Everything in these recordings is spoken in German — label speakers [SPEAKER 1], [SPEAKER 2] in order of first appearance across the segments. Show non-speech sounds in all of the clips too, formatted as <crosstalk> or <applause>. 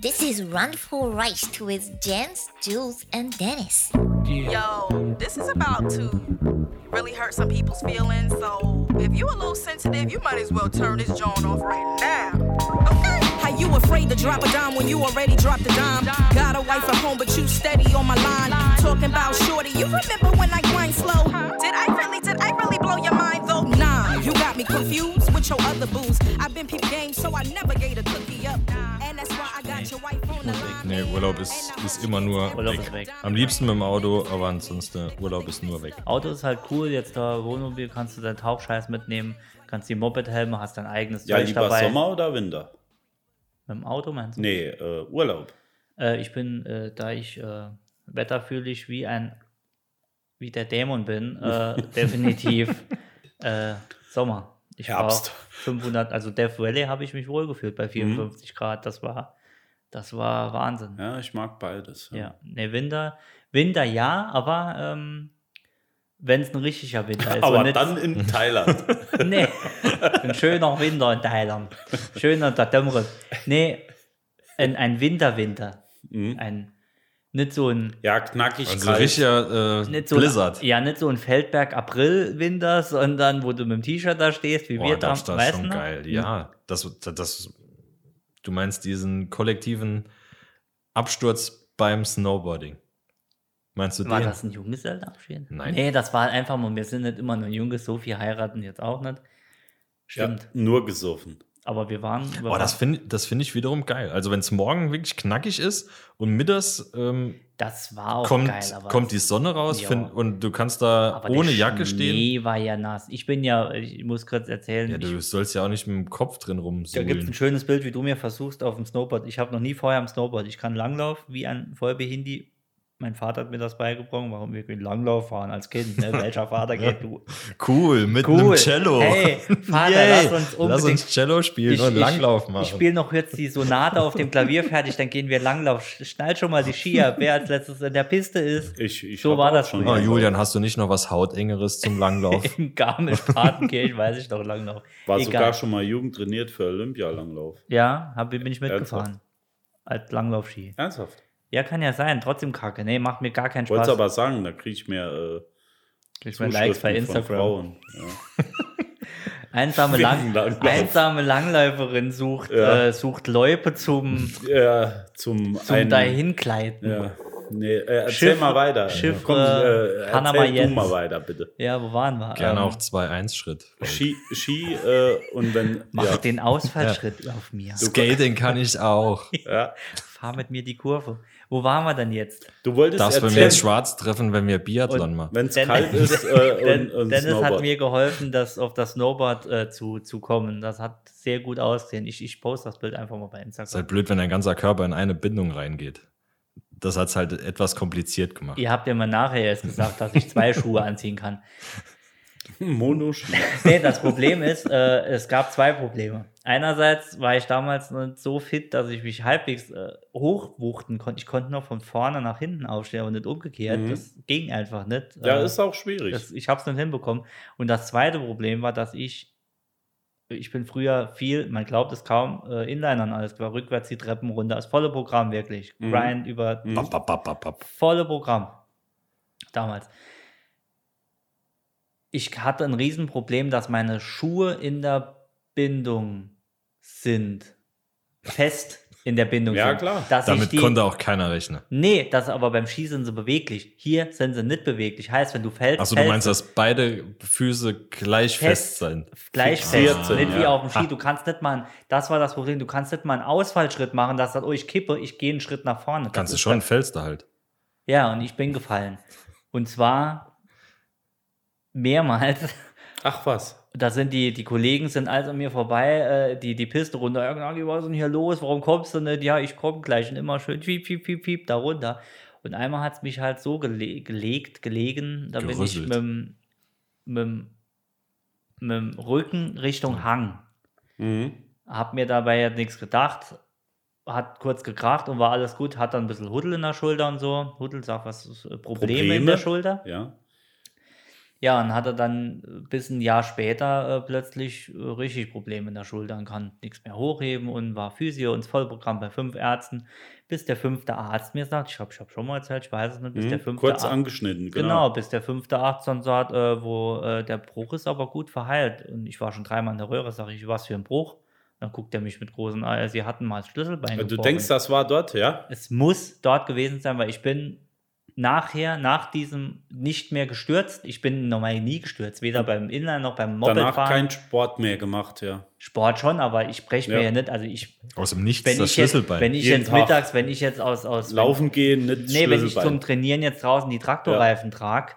[SPEAKER 1] This is Run for Rice with Jens, Jules, and Dennis.
[SPEAKER 2] Yo, this is about to really hurt some people's feelings. So if you a little sensitive, you might as well turn this joint off right now. Okay.
[SPEAKER 3] How you afraid to drop a dime when you already dropped a dime? Got a wife at home, but you steady on my line. Talking about shorty, you remember when I grind slow?
[SPEAKER 2] Did I really, did I really blow your mind though?
[SPEAKER 3] Nah, you got me confused with your other booze. I've been peep game, so I never gave a cookie up. And that's why I got your wife on the line.
[SPEAKER 4] Nee, Urlaub ist, ist immer nur
[SPEAKER 5] Urlaub
[SPEAKER 4] weg.
[SPEAKER 5] ist weg.
[SPEAKER 4] Am liebsten mit dem Auto, aber ansonsten Urlaub ist nur weg.
[SPEAKER 5] Auto ist halt cool, jetzt da Wohnmobil kannst du deinen Tauchscheiß mitnehmen, kannst die Mopedhelme, hast dein eigenes
[SPEAKER 6] Ja,
[SPEAKER 5] Zeug
[SPEAKER 6] lieber Sommer oder Winter?
[SPEAKER 5] Mit dem Auto meinst du?
[SPEAKER 6] Nee, äh, Urlaub.
[SPEAKER 5] Äh, ich bin, äh, da ich äh, wetterfühlig wie ein, wie der Dämon bin,
[SPEAKER 6] <laughs>
[SPEAKER 5] äh, definitiv äh, Sommer. Ich war
[SPEAKER 6] Herbst. Mhm.
[SPEAKER 5] 500, also Death Valley habe ich mich wohlgefühlt bei 54 Grad, das war, das war Wahnsinn.
[SPEAKER 6] Ja, ich mag beides.
[SPEAKER 5] Ja, ne, Winter, Winter ja, aber ähm, wenn es ein richtiger Winter ist. und
[SPEAKER 6] Aber
[SPEAKER 5] nicht- <laughs>
[SPEAKER 6] dann in Thailand.
[SPEAKER 5] Nee, ein schöner Winter in Thailand. Schöner der Dämmere. Nee, ein, ein Winterwinter.
[SPEAKER 4] Mhm.
[SPEAKER 5] Ein, nicht so ein.
[SPEAKER 6] ja, knackig
[SPEAKER 4] Also
[SPEAKER 6] kalt.
[SPEAKER 4] richtiger äh,
[SPEAKER 5] Nicht so
[SPEAKER 4] Blizzard.
[SPEAKER 5] Ein, ja, nicht so ein Feldberg-April-Winter, sondern wo du mit dem T-Shirt da stehst, wie
[SPEAKER 4] Boah,
[SPEAKER 5] wir da.
[SPEAKER 4] Oh, das, das ist
[SPEAKER 5] weißt
[SPEAKER 4] schon
[SPEAKER 5] du? Hm?
[SPEAKER 4] geil. Ja, das, das, das, du meinst diesen kollektiven Absturz beim Snowboarding? Meinst du
[SPEAKER 5] War
[SPEAKER 4] den?
[SPEAKER 5] das ein Junggesellenabschied?
[SPEAKER 4] Nein.
[SPEAKER 5] Nee, das war einfach mal, wir sind nicht immer nur Junges, so viel heiraten jetzt auch nicht.
[SPEAKER 6] ja,
[SPEAKER 5] Stimmt.
[SPEAKER 6] nur gesoffen.
[SPEAKER 5] Aber wir waren. Wir
[SPEAKER 4] Boah,
[SPEAKER 5] waren
[SPEAKER 4] Oh, das finde das find ich wiederum geil. Also wenn es morgen wirklich knackig ist und mittags ähm,
[SPEAKER 5] das war auch
[SPEAKER 4] kommt,
[SPEAKER 5] geil. Aber
[SPEAKER 4] kommt die Sonne raus
[SPEAKER 5] Ja.
[SPEAKER 4] find, und du kannst da
[SPEAKER 5] aber
[SPEAKER 4] ohne
[SPEAKER 5] der
[SPEAKER 4] Jacke stehen.
[SPEAKER 5] Schnee war ja nass. Ich bin ja, ich muss kurz erzählen,
[SPEAKER 4] Ja,
[SPEAKER 5] ich
[SPEAKER 4] du sollst ja auch nicht mit dem Kopf drin
[SPEAKER 5] Da gibt es ein
[SPEAKER 4] rumsuhlen.
[SPEAKER 5] schönes Bild, wie du mir versuchst auf dem Snowboard. Ich habe noch nie vorher am Snowboard. Ich kann Langlauf wie ein Vollbehindi. Mein Vater hat mir das beigebracht, warum wir können Langlauf fahren als
[SPEAKER 4] <laughs>
[SPEAKER 5] Kind. Ne? Welcher Vater geht du?
[SPEAKER 4] Cool, mit einem Cello. <laughs>
[SPEAKER 5] Hey, Vater,
[SPEAKER 4] Yay,
[SPEAKER 5] lass uns unbedingt.
[SPEAKER 4] lass uns Cello spielen und Langlauf machen.
[SPEAKER 5] Ich spiele noch jetzt die Sonate auf dem Klavier fertig, dann gehen wir Langlauf. Sch- Schnall schon mal die Skier, wer als letztes in der Piste ist. <laughs>
[SPEAKER 6] Ich, ich
[SPEAKER 5] So
[SPEAKER 6] hab
[SPEAKER 5] war
[SPEAKER 6] auch
[SPEAKER 5] das
[SPEAKER 4] oh,
[SPEAKER 5] früher.
[SPEAKER 4] Julian, hast du nicht noch was Hautengeres zum
[SPEAKER 5] <laughs>
[SPEAKER 4] Langlauf?
[SPEAKER 5] In Garmisch-Partenkirchen weiß ich noch Langlauf.
[SPEAKER 6] War
[SPEAKER 5] Egal.
[SPEAKER 6] sogar schon mal Jugend trainiert für Olympialanglauf.
[SPEAKER 5] Ja, hab, bin ich mitgefahren.
[SPEAKER 6] Ernsthaft?
[SPEAKER 5] Als Langlaufski.
[SPEAKER 6] Ernsthaft?
[SPEAKER 5] Ja, kann ja sein. Trotzdem kacke. Nee, macht mir gar keinen Spaß.
[SPEAKER 6] Wollt's aber sagen, da kriege ich mehr äh,
[SPEAKER 5] ich meine Likes bei
[SPEAKER 6] Zuschriften von
[SPEAKER 5] Instagram.
[SPEAKER 6] Frauen. Ja.
[SPEAKER 5] Einsame, Lang
[SPEAKER 6] Wegen
[SPEAKER 5] <laughs>
[SPEAKER 6] Langlauf.
[SPEAKER 5] einsame Langläuferin sucht,
[SPEAKER 6] Ja.
[SPEAKER 5] äh, sucht Leute
[SPEAKER 6] <laughs>
[SPEAKER 5] zum,
[SPEAKER 6] Ja, zum,
[SPEAKER 5] zum
[SPEAKER 6] einen-
[SPEAKER 5] Dahinkleiten. Ja.
[SPEAKER 6] Ja. Nee, äh, erzähl
[SPEAKER 5] Schiff-
[SPEAKER 6] mal weiter.
[SPEAKER 5] Schiff,
[SPEAKER 6] Komm,
[SPEAKER 5] äh,
[SPEAKER 6] äh,
[SPEAKER 5] Panama
[SPEAKER 6] erzähl
[SPEAKER 5] Jens.
[SPEAKER 6] du mal weiter, bitte.
[SPEAKER 5] wo waren wir?
[SPEAKER 4] Gerne
[SPEAKER 5] Ähm,
[SPEAKER 4] auch 2-1-Schritt.
[SPEAKER 6] Ski, Ski äh, und wenn.
[SPEAKER 5] Mach
[SPEAKER 6] ja,
[SPEAKER 5] den Ausfallschritt auf mir.
[SPEAKER 4] Skating kann ich
[SPEAKER 5] <laughs>
[SPEAKER 4] auch.
[SPEAKER 6] ja.
[SPEAKER 5] Fahr mit mir die Kurve. Wo waren wir denn jetzt?
[SPEAKER 6] Du wolltest
[SPEAKER 4] Darfst du
[SPEAKER 6] erzählen,
[SPEAKER 4] mir jetzt schwarz treffen, wenn wir Biathlon machen?
[SPEAKER 6] wenn es
[SPEAKER 5] Dennis- <laughs>
[SPEAKER 6] kalt <laughs> ist äh, und,
[SPEAKER 5] Den,
[SPEAKER 6] und
[SPEAKER 5] Dennis
[SPEAKER 6] Snowboard.
[SPEAKER 5] hat mir geholfen, das auf das Snowboard äh, zu, zu kommen. Das hat sehr gut ausgesehen. Ich, ich poste das Bild einfach mal bei
[SPEAKER 4] Ist
[SPEAKER 5] Instagram.
[SPEAKER 4] halt blöd, wenn dein ganzer Körper in eine Bindung reingeht. Das hat's halt etwas kompliziert gemacht.
[SPEAKER 5] Ihr habt ja mal nachher erst gesagt, dass
[SPEAKER 4] <laughs>
[SPEAKER 5] ich zwei Schuhe anziehen kann. Hm,
[SPEAKER 6] <laughs> Monoski.
[SPEAKER 5] Nee, das Problem ist, äh, es gab zwei Probleme. Einerseits war ich damals nicht so fit, dass ich mich halbwegs äh, hochwuchten konnte. Ich konnte noch von vorne nach hinten aufstehen, aber nicht umgekehrt.
[SPEAKER 6] Mhm.
[SPEAKER 5] Das ging einfach nicht.
[SPEAKER 6] Ja,
[SPEAKER 5] Äh,
[SPEAKER 6] ist auch schwierig.
[SPEAKER 5] das, ich habe es nicht hinbekommen. Und das zweite Problem war, dass ich, ich bin früher viel, man glaubt es kaum, äh, Inlinern alles war rückwärts die Treppen runter. Das volle Programm wirklich.
[SPEAKER 6] Mhm.
[SPEAKER 5] Grind über
[SPEAKER 6] Mhm.
[SPEAKER 4] Bap, bap, bap, bap, bap.
[SPEAKER 5] volle Programm. Damals. Ich hatte ein Riesenproblem, dass meine Schuhe in der Bindung sind. Fest in der Bindung
[SPEAKER 6] Ja,
[SPEAKER 5] sind.
[SPEAKER 6] klar.
[SPEAKER 5] Dass ich
[SPEAKER 4] Damit
[SPEAKER 5] die,
[SPEAKER 4] konnte auch keiner rechnen.
[SPEAKER 5] Nee, das aber beim Ski sind sie beweglich. Hier sind sie nicht beweglich. Heißt, wenn du fällst,
[SPEAKER 4] Achso, Also du
[SPEAKER 5] fällst
[SPEAKER 4] meinst, dass beide Füße gleich
[SPEAKER 5] Fest.
[SPEAKER 4] fest sein?
[SPEAKER 5] gleich
[SPEAKER 6] fixiert
[SPEAKER 5] fest.
[SPEAKER 6] sind,
[SPEAKER 5] Nicht wie
[SPEAKER 6] ja.
[SPEAKER 5] auf dem Ski. Du kannst nicht mal, einen- das war das Problem, du kannst nicht mal einen Ausfallschritt machen, dass du sagst, oh, ich kippe, ich gehe einen Schritt nach vorne. Das
[SPEAKER 4] Kannst du
[SPEAKER 5] ist
[SPEAKER 4] schon, fällst du halt.
[SPEAKER 5] Ja, und ich bin gefallen. Und zwar mehrmals.
[SPEAKER 6] Ach was.
[SPEAKER 5] Da sind die, die Kollegen sind also an mir vorbei, äh, die, die Piste runter. Ja, Gnagi, was ist denn hier los? Warum kommst du nicht? Ja, ich komme gleich. Und immer schön piep, piep, piep, piep, da runter. Und einmal hat es mich halt so gele gelegt, gelegen, da bin ich
[SPEAKER 4] Gerüsselt.
[SPEAKER 5] mit dem, mit, dem- mit dem Rücken Richtung Hang.
[SPEAKER 6] Mhm.
[SPEAKER 5] Hab mir dabei jetzt nichts gedacht, hat kurz gekracht und war alles gut, hat dann ein bisschen Huddel in der Schulter und so. Huddel sagt, was ist äh, Probleme, Probleme in
[SPEAKER 6] Probleme?
[SPEAKER 5] der Schulter?
[SPEAKER 6] Ja.
[SPEAKER 5] Ja, und hatte dann bis ein Jahr später äh, plötzlich äh, richtig Probleme in der Schulter und kann nichts mehr hochheben und war Physio ins Vollprogramm bei fünf Ärzten, bis der fünfte Arzt mir sagt, ich habe ich hab schon mal erzählt, ich weiß es nicht, bis der
[SPEAKER 6] Mhm.
[SPEAKER 5] fünfte
[SPEAKER 6] Kurz
[SPEAKER 5] Arzt,
[SPEAKER 6] angeschnitten,
[SPEAKER 5] genau.
[SPEAKER 6] genau.
[SPEAKER 5] bis der fünfte Arzt dann sagt, äh, wo äh, der Bruch ist aber gut verheilt. Und ich war schon dreimal in der Röhre, sage ich, was für ein Bruch. Dann guckt er mich mit großen Eiern, sie hatten mal das Schlüsselbein
[SPEAKER 6] Also, Du
[SPEAKER 5] gebrochen.
[SPEAKER 6] denkst, das war dort, ja?
[SPEAKER 5] Es muss dort gewesen sein, weil ich bin nachher, nach diesem nicht mehr gestürzt. Ich bin normal nie gestürzt, weder beim Inline noch beim
[SPEAKER 6] Hm. Danach kein
[SPEAKER 5] Mopedfahren.
[SPEAKER 6] Sport mehr gemacht, ja.
[SPEAKER 5] Sport schon, aber ich breche mir
[SPEAKER 6] Ja.
[SPEAKER 5] ja nicht. Also ich,
[SPEAKER 4] Aus dem Nichts
[SPEAKER 5] wenn
[SPEAKER 4] das
[SPEAKER 5] ich jetzt,
[SPEAKER 4] Schlüsselbein.
[SPEAKER 5] wenn ich
[SPEAKER 6] Jeden
[SPEAKER 5] jetzt
[SPEAKER 6] Tag.
[SPEAKER 5] mittags, wenn ich jetzt aus, aus
[SPEAKER 6] Laufen gehen, nicht
[SPEAKER 5] nee, wenn ich
[SPEAKER 6] Schlüsselbein.
[SPEAKER 5] zum Trainieren jetzt draußen die Traktorreifen trage,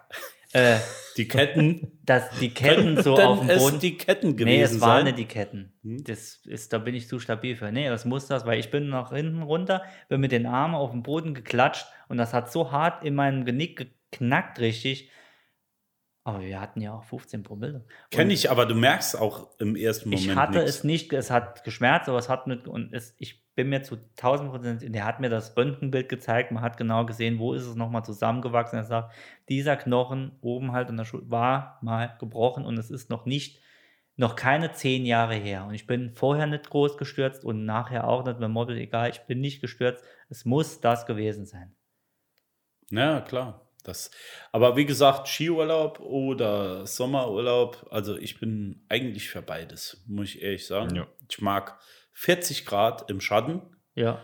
[SPEAKER 5] äh,
[SPEAKER 6] Die Ketten.
[SPEAKER 5] dass die <laughs> Ketten so
[SPEAKER 6] Dann
[SPEAKER 5] auf dem
[SPEAKER 6] es
[SPEAKER 5] Boden.
[SPEAKER 6] die Ketten gewesen
[SPEAKER 5] Nee, es waren
[SPEAKER 6] sein. Hm?
[SPEAKER 5] nicht die Ketten. Das ist, da bin ich zu stabil für. Nee, das muss das, weil ich bin nach hinten runter, bin mit den Armen auf den Boden geklatscht und das hat so hart in meinem Genick geknackt, richtig. Aber wir hatten ja auch 15 Promille.
[SPEAKER 6] Kenne ich, aber du merkst auch im ersten Moment
[SPEAKER 5] Ich hatte
[SPEAKER 6] nix.
[SPEAKER 5] es nicht, es hat geschmerzt, aber es hat mit, und es, ich bin mir zu 1000 Prozent, der hat mir das Röntgenbild gezeigt, man hat genau gesehen, wo ist es nochmal zusammengewachsen. Er sagt, dieser Knochen oben halt an der Schulter war mal gebrochen und es ist noch nicht, noch keine zehn Jahre her. Und ich bin vorher nicht groß gestürzt und nachher auch nicht mit dem Mobbel, egal, ich bin nicht gestürzt. Es muss das gewesen sein.
[SPEAKER 6] Ja, klar. Das, aber wie gesagt, Skiurlaub oder Sommerurlaub, also ich bin eigentlich für beides, muss ich ehrlich sagen.
[SPEAKER 4] Ja.
[SPEAKER 6] Ich mag 40 Grad im Schatten,
[SPEAKER 5] Ja.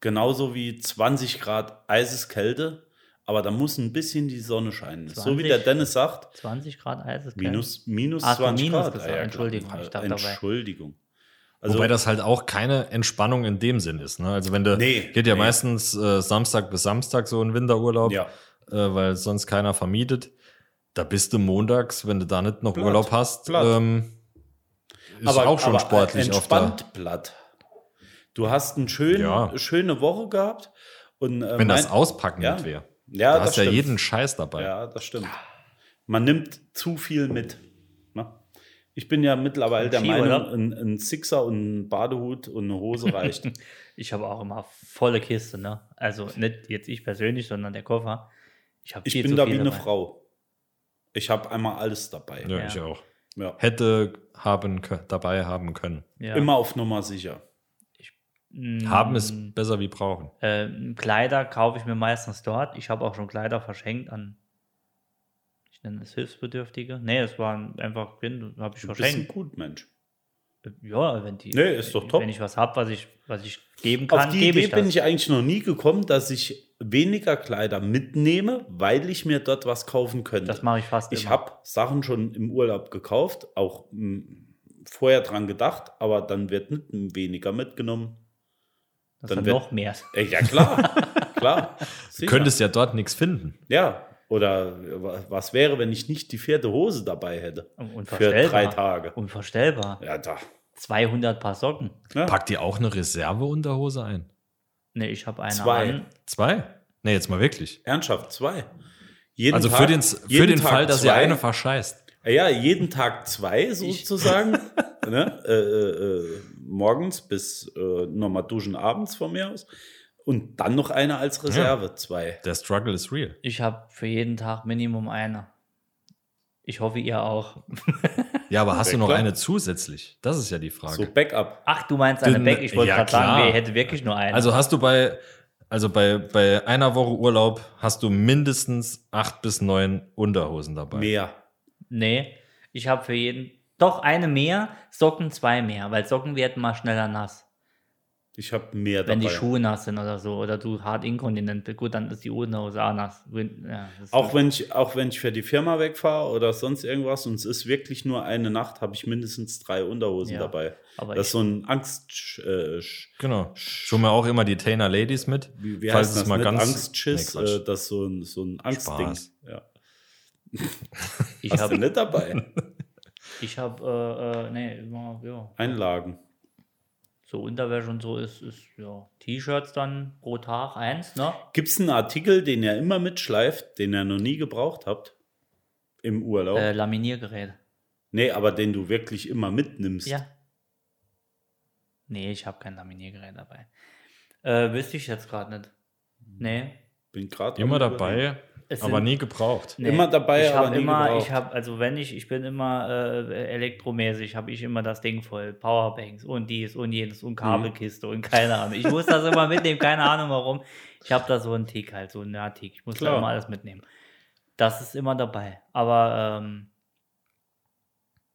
[SPEAKER 6] genauso wie 20 Grad eises Kälte, aber da muss ein bisschen die Sonne scheinen. So wie
[SPEAKER 5] 20?
[SPEAKER 6] der Dennis sagt,
[SPEAKER 5] 20 Grad Eis ist
[SPEAKER 6] minus, minus
[SPEAKER 5] Ach so,
[SPEAKER 6] 20
[SPEAKER 5] minus
[SPEAKER 6] Grad.
[SPEAKER 5] gesagt,
[SPEAKER 6] klar.
[SPEAKER 5] Entschuldigung, ich dachte dabei.
[SPEAKER 6] Entschuldigung. Also
[SPEAKER 4] Wobei das halt auch keine Entspannung in dem Sinn ist. Ne? Also wenn du,
[SPEAKER 6] Nee,
[SPEAKER 4] geht ja
[SPEAKER 6] nee.
[SPEAKER 4] meistens äh, Samstag bis Samstag so ein Winterurlaub,
[SPEAKER 6] ja.
[SPEAKER 4] äh, weil sonst keiner vermietet. Da bist du montags, wenn du da nicht noch
[SPEAKER 6] Platt,
[SPEAKER 4] Urlaub hast,
[SPEAKER 6] platt.
[SPEAKER 4] ähm, ist auch schon sportlich auf der.
[SPEAKER 6] entspannt äh, platt. Du hast eine schön,
[SPEAKER 4] Ja.
[SPEAKER 6] schöne Woche gehabt. Und, äh,
[SPEAKER 4] Wenn das
[SPEAKER 6] mein-
[SPEAKER 4] Auspacken
[SPEAKER 6] Ja.
[SPEAKER 4] nicht wäre.
[SPEAKER 6] Ja,
[SPEAKER 4] da
[SPEAKER 6] das
[SPEAKER 4] hast du ja
[SPEAKER 6] stimmt.
[SPEAKER 4] jeden Scheiß dabei.
[SPEAKER 6] Ja, das stimmt. Man nimmt zu viel mit. Ne? Ich bin ja mittlerweile der
[SPEAKER 5] Ski,
[SPEAKER 6] Meinung,
[SPEAKER 5] oder?
[SPEAKER 6] ein, ein Sixer und ein Badehut und eine Hose
[SPEAKER 4] <laughs>
[SPEAKER 6] reicht.
[SPEAKER 5] Ich habe auch immer volle Kiste, ne? Also nicht jetzt ich persönlich, sondern der Koffer. Ich, hab
[SPEAKER 6] Ich
[SPEAKER 5] viel
[SPEAKER 6] bin
[SPEAKER 5] zu
[SPEAKER 6] da
[SPEAKER 5] viel
[SPEAKER 6] wie eine
[SPEAKER 5] dabei.
[SPEAKER 6] Frau. Ich habe einmal alles dabei.
[SPEAKER 4] Ja,
[SPEAKER 5] Ja.
[SPEAKER 4] ich auch.
[SPEAKER 6] Ja.
[SPEAKER 4] Hätte haben, kö- dabei haben können.
[SPEAKER 5] Ja.
[SPEAKER 6] Immer auf Nummer sicher.
[SPEAKER 5] Mm,
[SPEAKER 4] Haben ist besser wie brauchen.
[SPEAKER 5] ähm, Kleider kaufe ich mir meistens dort. Ich habe auch schon Kleider verschenkt an. Ich nenne es Hilfsbedürftige. Nee, es waren einfach Kinder, habe ich
[SPEAKER 6] Du bist ein
[SPEAKER 5] verschenkt.
[SPEAKER 6] gut Mensch.
[SPEAKER 5] Ja, wenn die.
[SPEAKER 6] Nee, ist doch top.
[SPEAKER 5] Wenn ich was habe, was ich, was ich geben
[SPEAKER 6] Auf
[SPEAKER 5] kann,
[SPEAKER 6] die
[SPEAKER 5] gebe
[SPEAKER 6] Idee
[SPEAKER 5] ich das.
[SPEAKER 6] bin ich eigentlich noch nie gekommen, dass ich weniger Kleider mitnehme, weil ich mir dort was kaufen könnte.
[SPEAKER 5] das mache ich fast
[SPEAKER 6] Ich
[SPEAKER 5] immer.
[SPEAKER 6] habe Sachen schon im Urlaub gekauft, auch m, vorher dran gedacht, aber dann wird nicht weniger mitgenommen.
[SPEAKER 5] das
[SPEAKER 6] dann
[SPEAKER 5] dann
[SPEAKER 6] wird-
[SPEAKER 5] noch mehr.
[SPEAKER 6] Äh,
[SPEAKER 4] <laughs>
[SPEAKER 6] Ja, klar, klar.
[SPEAKER 4] Du
[SPEAKER 6] sicher.
[SPEAKER 4] könntest ja dort nichts finden.
[SPEAKER 6] Ja, oder wa- was wäre, wenn ich nicht die vierte Hose dabei hätte?
[SPEAKER 5] Unvorstellbar.
[SPEAKER 6] Für drei Tage.
[SPEAKER 5] Unvorstellbar.
[SPEAKER 6] Ja, da.
[SPEAKER 5] 200 Paar Socken.
[SPEAKER 6] Ja.
[SPEAKER 4] Pack dir auch eine Reserveunterhose ein.
[SPEAKER 5] Nee, ich habe eine
[SPEAKER 6] Zwei.
[SPEAKER 5] an.
[SPEAKER 4] Zwei? Nee, jetzt mal wirklich.
[SPEAKER 6] Ernsthaft, zwei. Jeden
[SPEAKER 4] also für
[SPEAKER 6] Tag-
[SPEAKER 4] den, für
[SPEAKER 6] jeden
[SPEAKER 4] den
[SPEAKER 6] Tag
[SPEAKER 4] Fall, dass ihr
[SPEAKER 6] zwei.
[SPEAKER 4] eine verscheißt.
[SPEAKER 6] Ja, jeden Tag
[SPEAKER 4] <laughs>
[SPEAKER 6] zwei sozusagen. ne? äh, äh, äh, morgens bis äh, nochmal duschen abends von mir aus. Und dann noch eine als Reserve, zwei.
[SPEAKER 4] Der Struggle is real.
[SPEAKER 5] Ich habe für jeden Tag Minimum eine. Ich hoffe, ihr auch.
[SPEAKER 4] Ja, aber hast
[SPEAKER 6] Ja,
[SPEAKER 4] du noch
[SPEAKER 6] klar.
[SPEAKER 4] eine zusätzlich? Das ist ja die Frage.
[SPEAKER 6] So Backup.
[SPEAKER 5] Ach, du meinst eine
[SPEAKER 4] Dünn-
[SPEAKER 5] Beck? Ich wollte
[SPEAKER 4] ja,
[SPEAKER 5] gerade sagen,
[SPEAKER 4] klar.
[SPEAKER 5] wir hätten wirklich nur eine.
[SPEAKER 4] Also hast du bei, also bei, bei einer Woche Urlaub hast du mindestens acht bis neun Unterhosen dabei.
[SPEAKER 6] Mehr.
[SPEAKER 5] nee, ich habe für jeden doch eine mehr, Socken zwei mehr, weil Socken werden mal schneller nass,
[SPEAKER 6] Ich habe mehr dabei.
[SPEAKER 5] wenn die Schuhe nass sind oder so oder du hart inkontinent bist. Gut, dann ist die Unterhose auch nass. Wenn- Ja, das
[SPEAKER 6] auch
[SPEAKER 5] ist-
[SPEAKER 6] wenn ich, auch wenn ich für die Firma wegfahre oder sonst irgendwas und es ist wirklich nur eine Nacht, habe ich mindestens drei Unterhosen
[SPEAKER 5] Ja,
[SPEAKER 6] dabei.
[SPEAKER 5] aber
[SPEAKER 6] das
[SPEAKER 5] ich-
[SPEAKER 6] ist so ein Angst. sch- Äh, sch-
[SPEAKER 4] Genau. Schon mal auch immer die Tainer Ladies mit.
[SPEAKER 6] wie wie
[SPEAKER 4] falls
[SPEAKER 6] heißt
[SPEAKER 4] es
[SPEAKER 6] das?
[SPEAKER 4] mal
[SPEAKER 6] Nicht
[SPEAKER 4] ganz
[SPEAKER 6] Angstschiss,
[SPEAKER 4] Nee, Quatsch.
[SPEAKER 6] äh, das ist so ein, so ein Angstding.
[SPEAKER 4] Spaß.
[SPEAKER 6] Ja.
[SPEAKER 5] ich
[SPEAKER 6] Hast du
[SPEAKER 5] habe,
[SPEAKER 6] nicht dabei?
[SPEAKER 5] ich habe, äh, äh, nee, immer, ja,
[SPEAKER 6] Einlagen.
[SPEAKER 5] so Unterwäsche und so ist, ist ja, T-Shirts dann pro Tag eins, ne?
[SPEAKER 6] Gibt es einen Artikel, den ihr immer mitschleift, den ihr noch nie gebraucht habt im Urlaub?
[SPEAKER 5] Äh, Laminiergerät.
[SPEAKER 6] nee, aber den du wirklich immer mitnimmst.
[SPEAKER 5] Ja. Nee, ich habe kein Laminiergerät dabei. Äh, wüsste ich jetzt gerade nicht. Nee.
[SPEAKER 6] Bin gerade
[SPEAKER 4] Immer dabei.
[SPEAKER 5] Es
[SPEAKER 4] aber
[SPEAKER 5] sind-
[SPEAKER 4] nie gebraucht.
[SPEAKER 5] Nee,
[SPEAKER 6] Immer dabei,
[SPEAKER 5] ich hab
[SPEAKER 6] aber nie
[SPEAKER 5] immer,
[SPEAKER 6] gebraucht.
[SPEAKER 5] Ich habe, also wenn ich, ich bin immer äh, elektromäßig, habe ich immer das Ding voll. Powerbanks und dies und jenes
[SPEAKER 6] Mhm.
[SPEAKER 5] und Kabelkiste und keine Ahnung. Ich muss das immer mitnehmen, keine Ahnung warum. Ich habe da so einen Tick halt, so einen Nerd-Tick. Ich muss da
[SPEAKER 6] Klar.
[SPEAKER 5] immer alles mitnehmen. Das ist immer dabei. Aber ähm,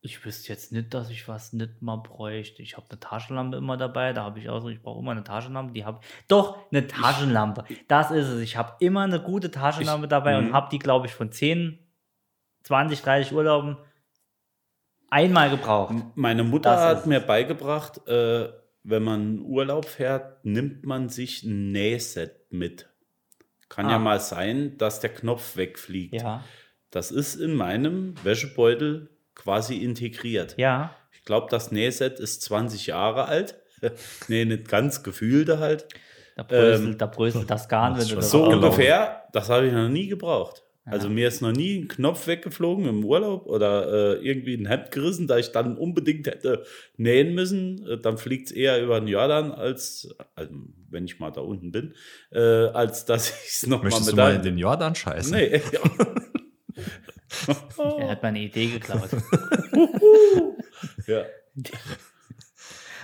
[SPEAKER 5] ich wüsste jetzt nicht, dass ich was nicht mal bräuchte. Ich habe eine Taschenlampe immer dabei. Da habe ich auch so, ich brauche immer eine Taschenlampe. Die habe Doch, eine Taschenlampe. Das ist es. Ich habe immer eine gute Taschenlampe dabei und
[SPEAKER 6] Mhm.
[SPEAKER 5] habe die, glaube ich, von 10, 20, 30 Urlauben einmal gebraucht.
[SPEAKER 6] Meine Mutter
[SPEAKER 5] Das ist
[SPEAKER 6] hat
[SPEAKER 5] es.
[SPEAKER 6] mir beigebracht, äh, wenn man Urlaub fährt, nimmt man sich ein Nähset mit. Kann
[SPEAKER 5] Ah.
[SPEAKER 6] ja mal sein, dass der Knopf wegfliegt.
[SPEAKER 5] Ja,
[SPEAKER 6] Das ist in meinem Wäschebeutel quasi integriert.
[SPEAKER 5] ja.
[SPEAKER 6] Ich glaube, das Nähset ist 20 Jahre alt. <laughs> nee, nicht ganz, gefühlte halt.
[SPEAKER 5] Da bröselt,
[SPEAKER 6] Ähm.
[SPEAKER 5] da bröselt das Garn,
[SPEAKER 4] das
[SPEAKER 5] wenn
[SPEAKER 4] ist
[SPEAKER 5] du
[SPEAKER 4] schon
[SPEAKER 5] das
[SPEAKER 6] So
[SPEAKER 4] abgelaufen.
[SPEAKER 6] ungefähr, das habe ich noch nie gebraucht. Also mir ist noch nie ein Knopf weggeflogen im Urlaub oder äh, irgendwie ein Hemd gerissen, da ich dann unbedingt hätte nähen müssen. Äh, Dann fliegt es eher über den Jordan, als, also, wenn ich mal da unten bin, äh, als dass <laughs> ich es nochmal
[SPEAKER 4] Möchtest
[SPEAKER 6] mit
[SPEAKER 4] du mal in
[SPEAKER 6] ein-
[SPEAKER 4] den Jordan scheißen?
[SPEAKER 6] Nee,
[SPEAKER 5] Er hat meine Idee
[SPEAKER 6] <laughs>
[SPEAKER 5] geklaut.
[SPEAKER 6] ja.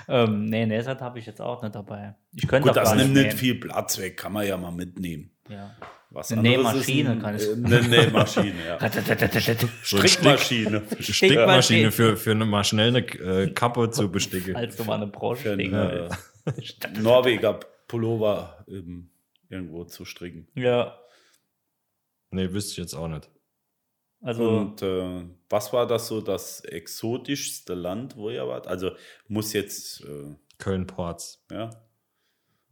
[SPEAKER 5] ähm, nee, Nesat habe ich jetzt auch nicht dabei. Ich könnte
[SPEAKER 6] Gut,
[SPEAKER 5] auch
[SPEAKER 6] das
[SPEAKER 5] gar
[SPEAKER 6] nimmt nicht
[SPEAKER 5] nehmen.
[SPEAKER 6] viel Platz weg, kann man ja mal mitnehmen.
[SPEAKER 5] Ja. <laughs>
[SPEAKER 6] Was
[SPEAKER 5] Eine
[SPEAKER 6] anderes
[SPEAKER 5] Nähmaschine
[SPEAKER 6] ist ein-
[SPEAKER 5] kann ich-
[SPEAKER 6] äh, Eine Nähmaschine,
[SPEAKER 5] <laughs>
[SPEAKER 6] ja.
[SPEAKER 4] So ein
[SPEAKER 6] Strickmaschine.
[SPEAKER 4] Stickmaschine für, für eine, mal schnell eine äh, Kappe
[SPEAKER 6] <laughs>
[SPEAKER 4] zu besticken.
[SPEAKER 5] Als du mal eine Branche
[SPEAKER 6] Schön,
[SPEAKER 5] ja.
[SPEAKER 6] äh, Norweger Pullover ähm, irgendwo zu stricken.
[SPEAKER 5] <laughs> ja,
[SPEAKER 4] Nee, wüsste ich jetzt auch nicht.
[SPEAKER 5] also
[SPEAKER 6] Und äh, was war das so das exotischste Land, wo ihr wart? Also muss jetzt, äh,
[SPEAKER 4] Köln-Ports.
[SPEAKER 6] ja.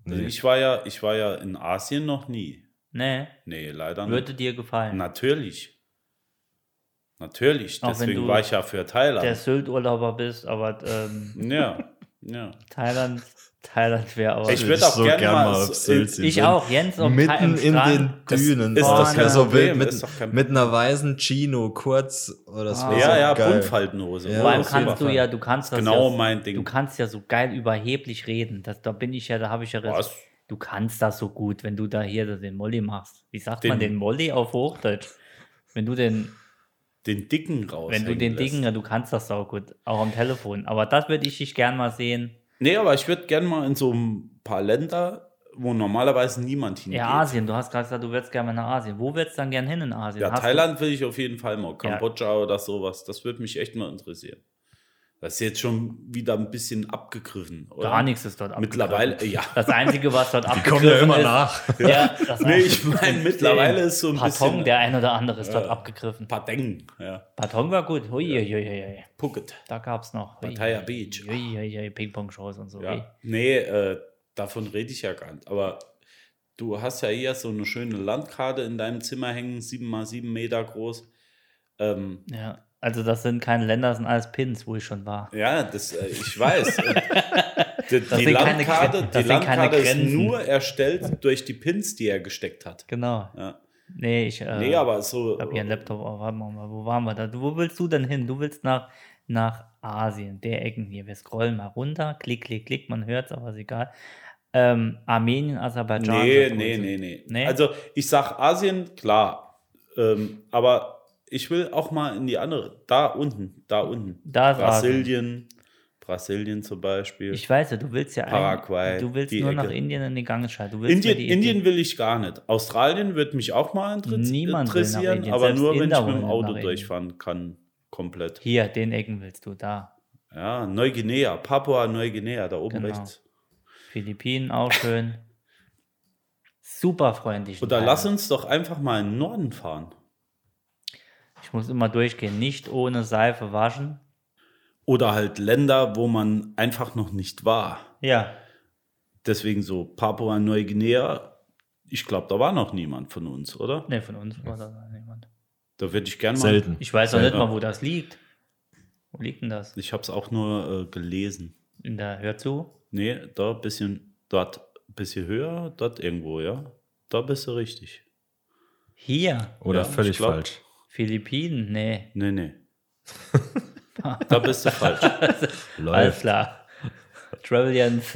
[SPEAKER 6] Also
[SPEAKER 4] Nee.
[SPEAKER 6] ich war ja, ich war ja in Asien noch nie.
[SPEAKER 5] ne,
[SPEAKER 6] Nee, leider
[SPEAKER 5] würde dir gefallen.
[SPEAKER 6] Natürlich. Natürlich.
[SPEAKER 5] Auch wenn
[SPEAKER 6] Deswegen
[SPEAKER 5] du
[SPEAKER 6] war ich ja für
[SPEAKER 5] Der
[SPEAKER 6] Thailand.
[SPEAKER 5] Sylt-Urlauber bist, aber ähm,
[SPEAKER 6] <laughs> Ja, ja.
[SPEAKER 5] Thailand, Thailand wäre aber.
[SPEAKER 6] Ich würd auch
[SPEAKER 4] so
[SPEAKER 6] gern mal
[SPEAKER 4] mal
[SPEAKER 6] so-
[SPEAKER 4] auf Sylt
[SPEAKER 6] ich
[SPEAKER 4] sind.
[SPEAKER 5] Ich auch, Jens. auf Tha-
[SPEAKER 4] Mitten
[SPEAKER 5] im
[SPEAKER 4] in
[SPEAKER 5] Strand.
[SPEAKER 4] den Dünen.
[SPEAKER 6] ist
[SPEAKER 5] doch kein
[SPEAKER 4] so
[SPEAKER 6] Problem,
[SPEAKER 4] wild. Mit,
[SPEAKER 6] ist doch kein-
[SPEAKER 4] mit einer weißen Chino, kurz. Oh, das wär
[SPEAKER 5] <laughs> Ah.
[SPEAKER 4] so
[SPEAKER 6] Ja, ja,
[SPEAKER 4] geil.
[SPEAKER 6] Buntfaltenhose.
[SPEAKER 4] Ja.
[SPEAKER 5] Vor allem
[SPEAKER 4] auf
[SPEAKER 5] kannst du ja, du kannst das
[SPEAKER 6] Genau
[SPEAKER 5] ja,
[SPEAKER 6] mein Ding.
[SPEAKER 5] Du kannst ja so geil überheblich reden. Das, da bin ich ja, da habe ich ja Respekt.
[SPEAKER 6] Was?
[SPEAKER 5] Du kannst das so gut, wenn du da hier den Molly machst. Wie sagt
[SPEAKER 6] Den-
[SPEAKER 5] man den Molly auf Hochdeutsch? Wenn du den,
[SPEAKER 6] den dicken raus.
[SPEAKER 5] wenn du den Dicken, ja, du kannst das auch gut, auch am Telefon. Aber das würde ich dich gern mal sehen.
[SPEAKER 6] Nee, aber ich würde gerne mal in so ein paar Länder, wo normalerweise niemand hingeht.
[SPEAKER 5] Ja, Asien. Du hast gerade gesagt, du würdest gerne mal nach Asien. Wo würdest du dann gern hin in Asien?
[SPEAKER 6] Ja,
[SPEAKER 5] Hast du-
[SPEAKER 6] Thailand will ich auf jeden Fall mal. Kambodscha oder sowas. Das würde mich echt mal interessieren. Das ist jetzt schon wieder ein bisschen abgegriffen. Oder?
[SPEAKER 5] Gar nichts ist dort abgegriffen.
[SPEAKER 6] Mittlerweile, ja.
[SPEAKER 5] <laughs> Das Einzige, was
[SPEAKER 6] <laughs>
[SPEAKER 5] dort
[SPEAKER 4] Die kommen ja
[SPEAKER 5] abgegriffen
[SPEAKER 4] immer
[SPEAKER 5] ist.
[SPEAKER 4] nach.
[SPEAKER 5] Ja, das
[SPEAKER 6] Nee, ich meine, mittlerweile ist so ein
[SPEAKER 5] Patong,
[SPEAKER 6] bisschen-
[SPEAKER 5] der ein oder andere ist dort
[SPEAKER 6] Ja.
[SPEAKER 5] abgegriffen.
[SPEAKER 6] Padeng, ja.
[SPEAKER 5] Patong war gut. Hui, hui, hui, hui.
[SPEAKER 6] Phuket.
[SPEAKER 5] Da gab es noch. Hui,
[SPEAKER 6] Pattaya
[SPEAKER 5] hui,
[SPEAKER 6] Beach.
[SPEAKER 5] Hui, hui, hui. Ping-Pong-Shows und so. Hui.
[SPEAKER 6] Ja. Nee, äh, davon rede ich ja gar nicht. Aber du hast ja hier so eine schöne Landkarte in deinem Zimmer hängen, 7x7 Meter groß. Ähm,
[SPEAKER 5] ja. Also, das sind keine Länder, das sind alles Pins, wo ich schon war.
[SPEAKER 6] Ja, das, äh, ich weiß.
[SPEAKER 5] <laughs>
[SPEAKER 6] die die
[SPEAKER 5] sind keine
[SPEAKER 6] Landkarte,
[SPEAKER 5] Gren- das
[SPEAKER 6] die
[SPEAKER 5] sind keine
[SPEAKER 6] Landkarte ist
[SPEAKER 5] Grenzen.
[SPEAKER 6] nur erstellt durch die Pins, die er gesteckt hat.
[SPEAKER 5] Genau.
[SPEAKER 6] Ja.
[SPEAKER 5] Nee, ich. Äh,
[SPEAKER 6] Nee, aber so.
[SPEAKER 5] Ich habe hier einen Laptop. Oh, warte mal, wo waren wir da? Du- Wo willst du denn hin? Du willst nach, nach Asien, der Ecken hier. Wir scrollen mal runter. Klick, klick, klick. Man hört es, aber ist egal. Ähm, Armenien, Aserbaidschan.
[SPEAKER 6] Nee,
[SPEAKER 5] sagt
[SPEAKER 6] nee,
[SPEAKER 5] uns.
[SPEAKER 6] nee, nee,
[SPEAKER 5] Nee?
[SPEAKER 6] Also ich sag Asien, klar. Ähm, aber ich will auch mal in die andere. Da unten, da unten.
[SPEAKER 5] Da ist Asien.
[SPEAKER 6] Brasilien. Brasilien zum Beispiel.
[SPEAKER 5] Ich weiß ja, du willst ja ein-
[SPEAKER 6] Paraguay,
[SPEAKER 5] Du willst
[SPEAKER 6] die
[SPEAKER 5] nur nach
[SPEAKER 6] Ecke.
[SPEAKER 5] Indien in den Gangesschalt. Du willst
[SPEAKER 6] Indien,
[SPEAKER 5] mir die
[SPEAKER 6] Indien will ich gar nicht. Australien wird mich auch mal inter-
[SPEAKER 5] Niemand will nach
[SPEAKER 6] interessieren,
[SPEAKER 5] Indien,
[SPEAKER 6] aber
[SPEAKER 5] selbst
[SPEAKER 6] nur wenn
[SPEAKER 5] Inder
[SPEAKER 6] ich mit
[SPEAKER 5] wollen
[SPEAKER 6] dem
[SPEAKER 5] nach
[SPEAKER 6] Auto
[SPEAKER 5] Indien.
[SPEAKER 6] durchfahren kann, komplett.
[SPEAKER 5] Hier, den Ecken willst du. Da.
[SPEAKER 6] Ja, Neuguinea, Papua Neuguinea, da oben
[SPEAKER 5] Genau.
[SPEAKER 6] rechts.
[SPEAKER 5] Philippinen auch schön. Super freundlich.
[SPEAKER 6] Oder lass uns doch einfach mal in den Norden fahren.
[SPEAKER 5] Ich muss immer durchgehen. Nicht ohne Seife waschen.
[SPEAKER 6] Oder halt Länder, wo man einfach noch nicht war.
[SPEAKER 5] Ja.
[SPEAKER 6] Deswegen so Papua Neuguinea, ich glaube, da war noch niemand von uns, oder?
[SPEAKER 5] Nee, von uns war da niemand.
[SPEAKER 6] Da würde ich gerne mal.
[SPEAKER 4] Selten.
[SPEAKER 5] Ich weiß auch
[SPEAKER 6] Ja,
[SPEAKER 5] nicht
[SPEAKER 6] ja.
[SPEAKER 5] mal, wo das liegt. Wo liegt denn das?
[SPEAKER 6] Ich habe es auch nur äh, gelesen.
[SPEAKER 5] In der Hör zu.
[SPEAKER 6] Nee, da ein bisschen, dort ein bisschen höher, dort irgendwo, ja. Da bist du richtig.
[SPEAKER 5] Hier.
[SPEAKER 4] Oder
[SPEAKER 6] Ja,
[SPEAKER 4] völlig
[SPEAKER 6] ich glaub-
[SPEAKER 4] falsch.
[SPEAKER 5] Philippinen? Nee. <laughs>
[SPEAKER 6] Nee, nee. da bist du falsch.
[SPEAKER 5] Alles
[SPEAKER 4] Läuft.
[SPEAKER 5] klar. <laughs>
[SPEAKER 6] <laughs>
[SPEAKER 5] Travelians.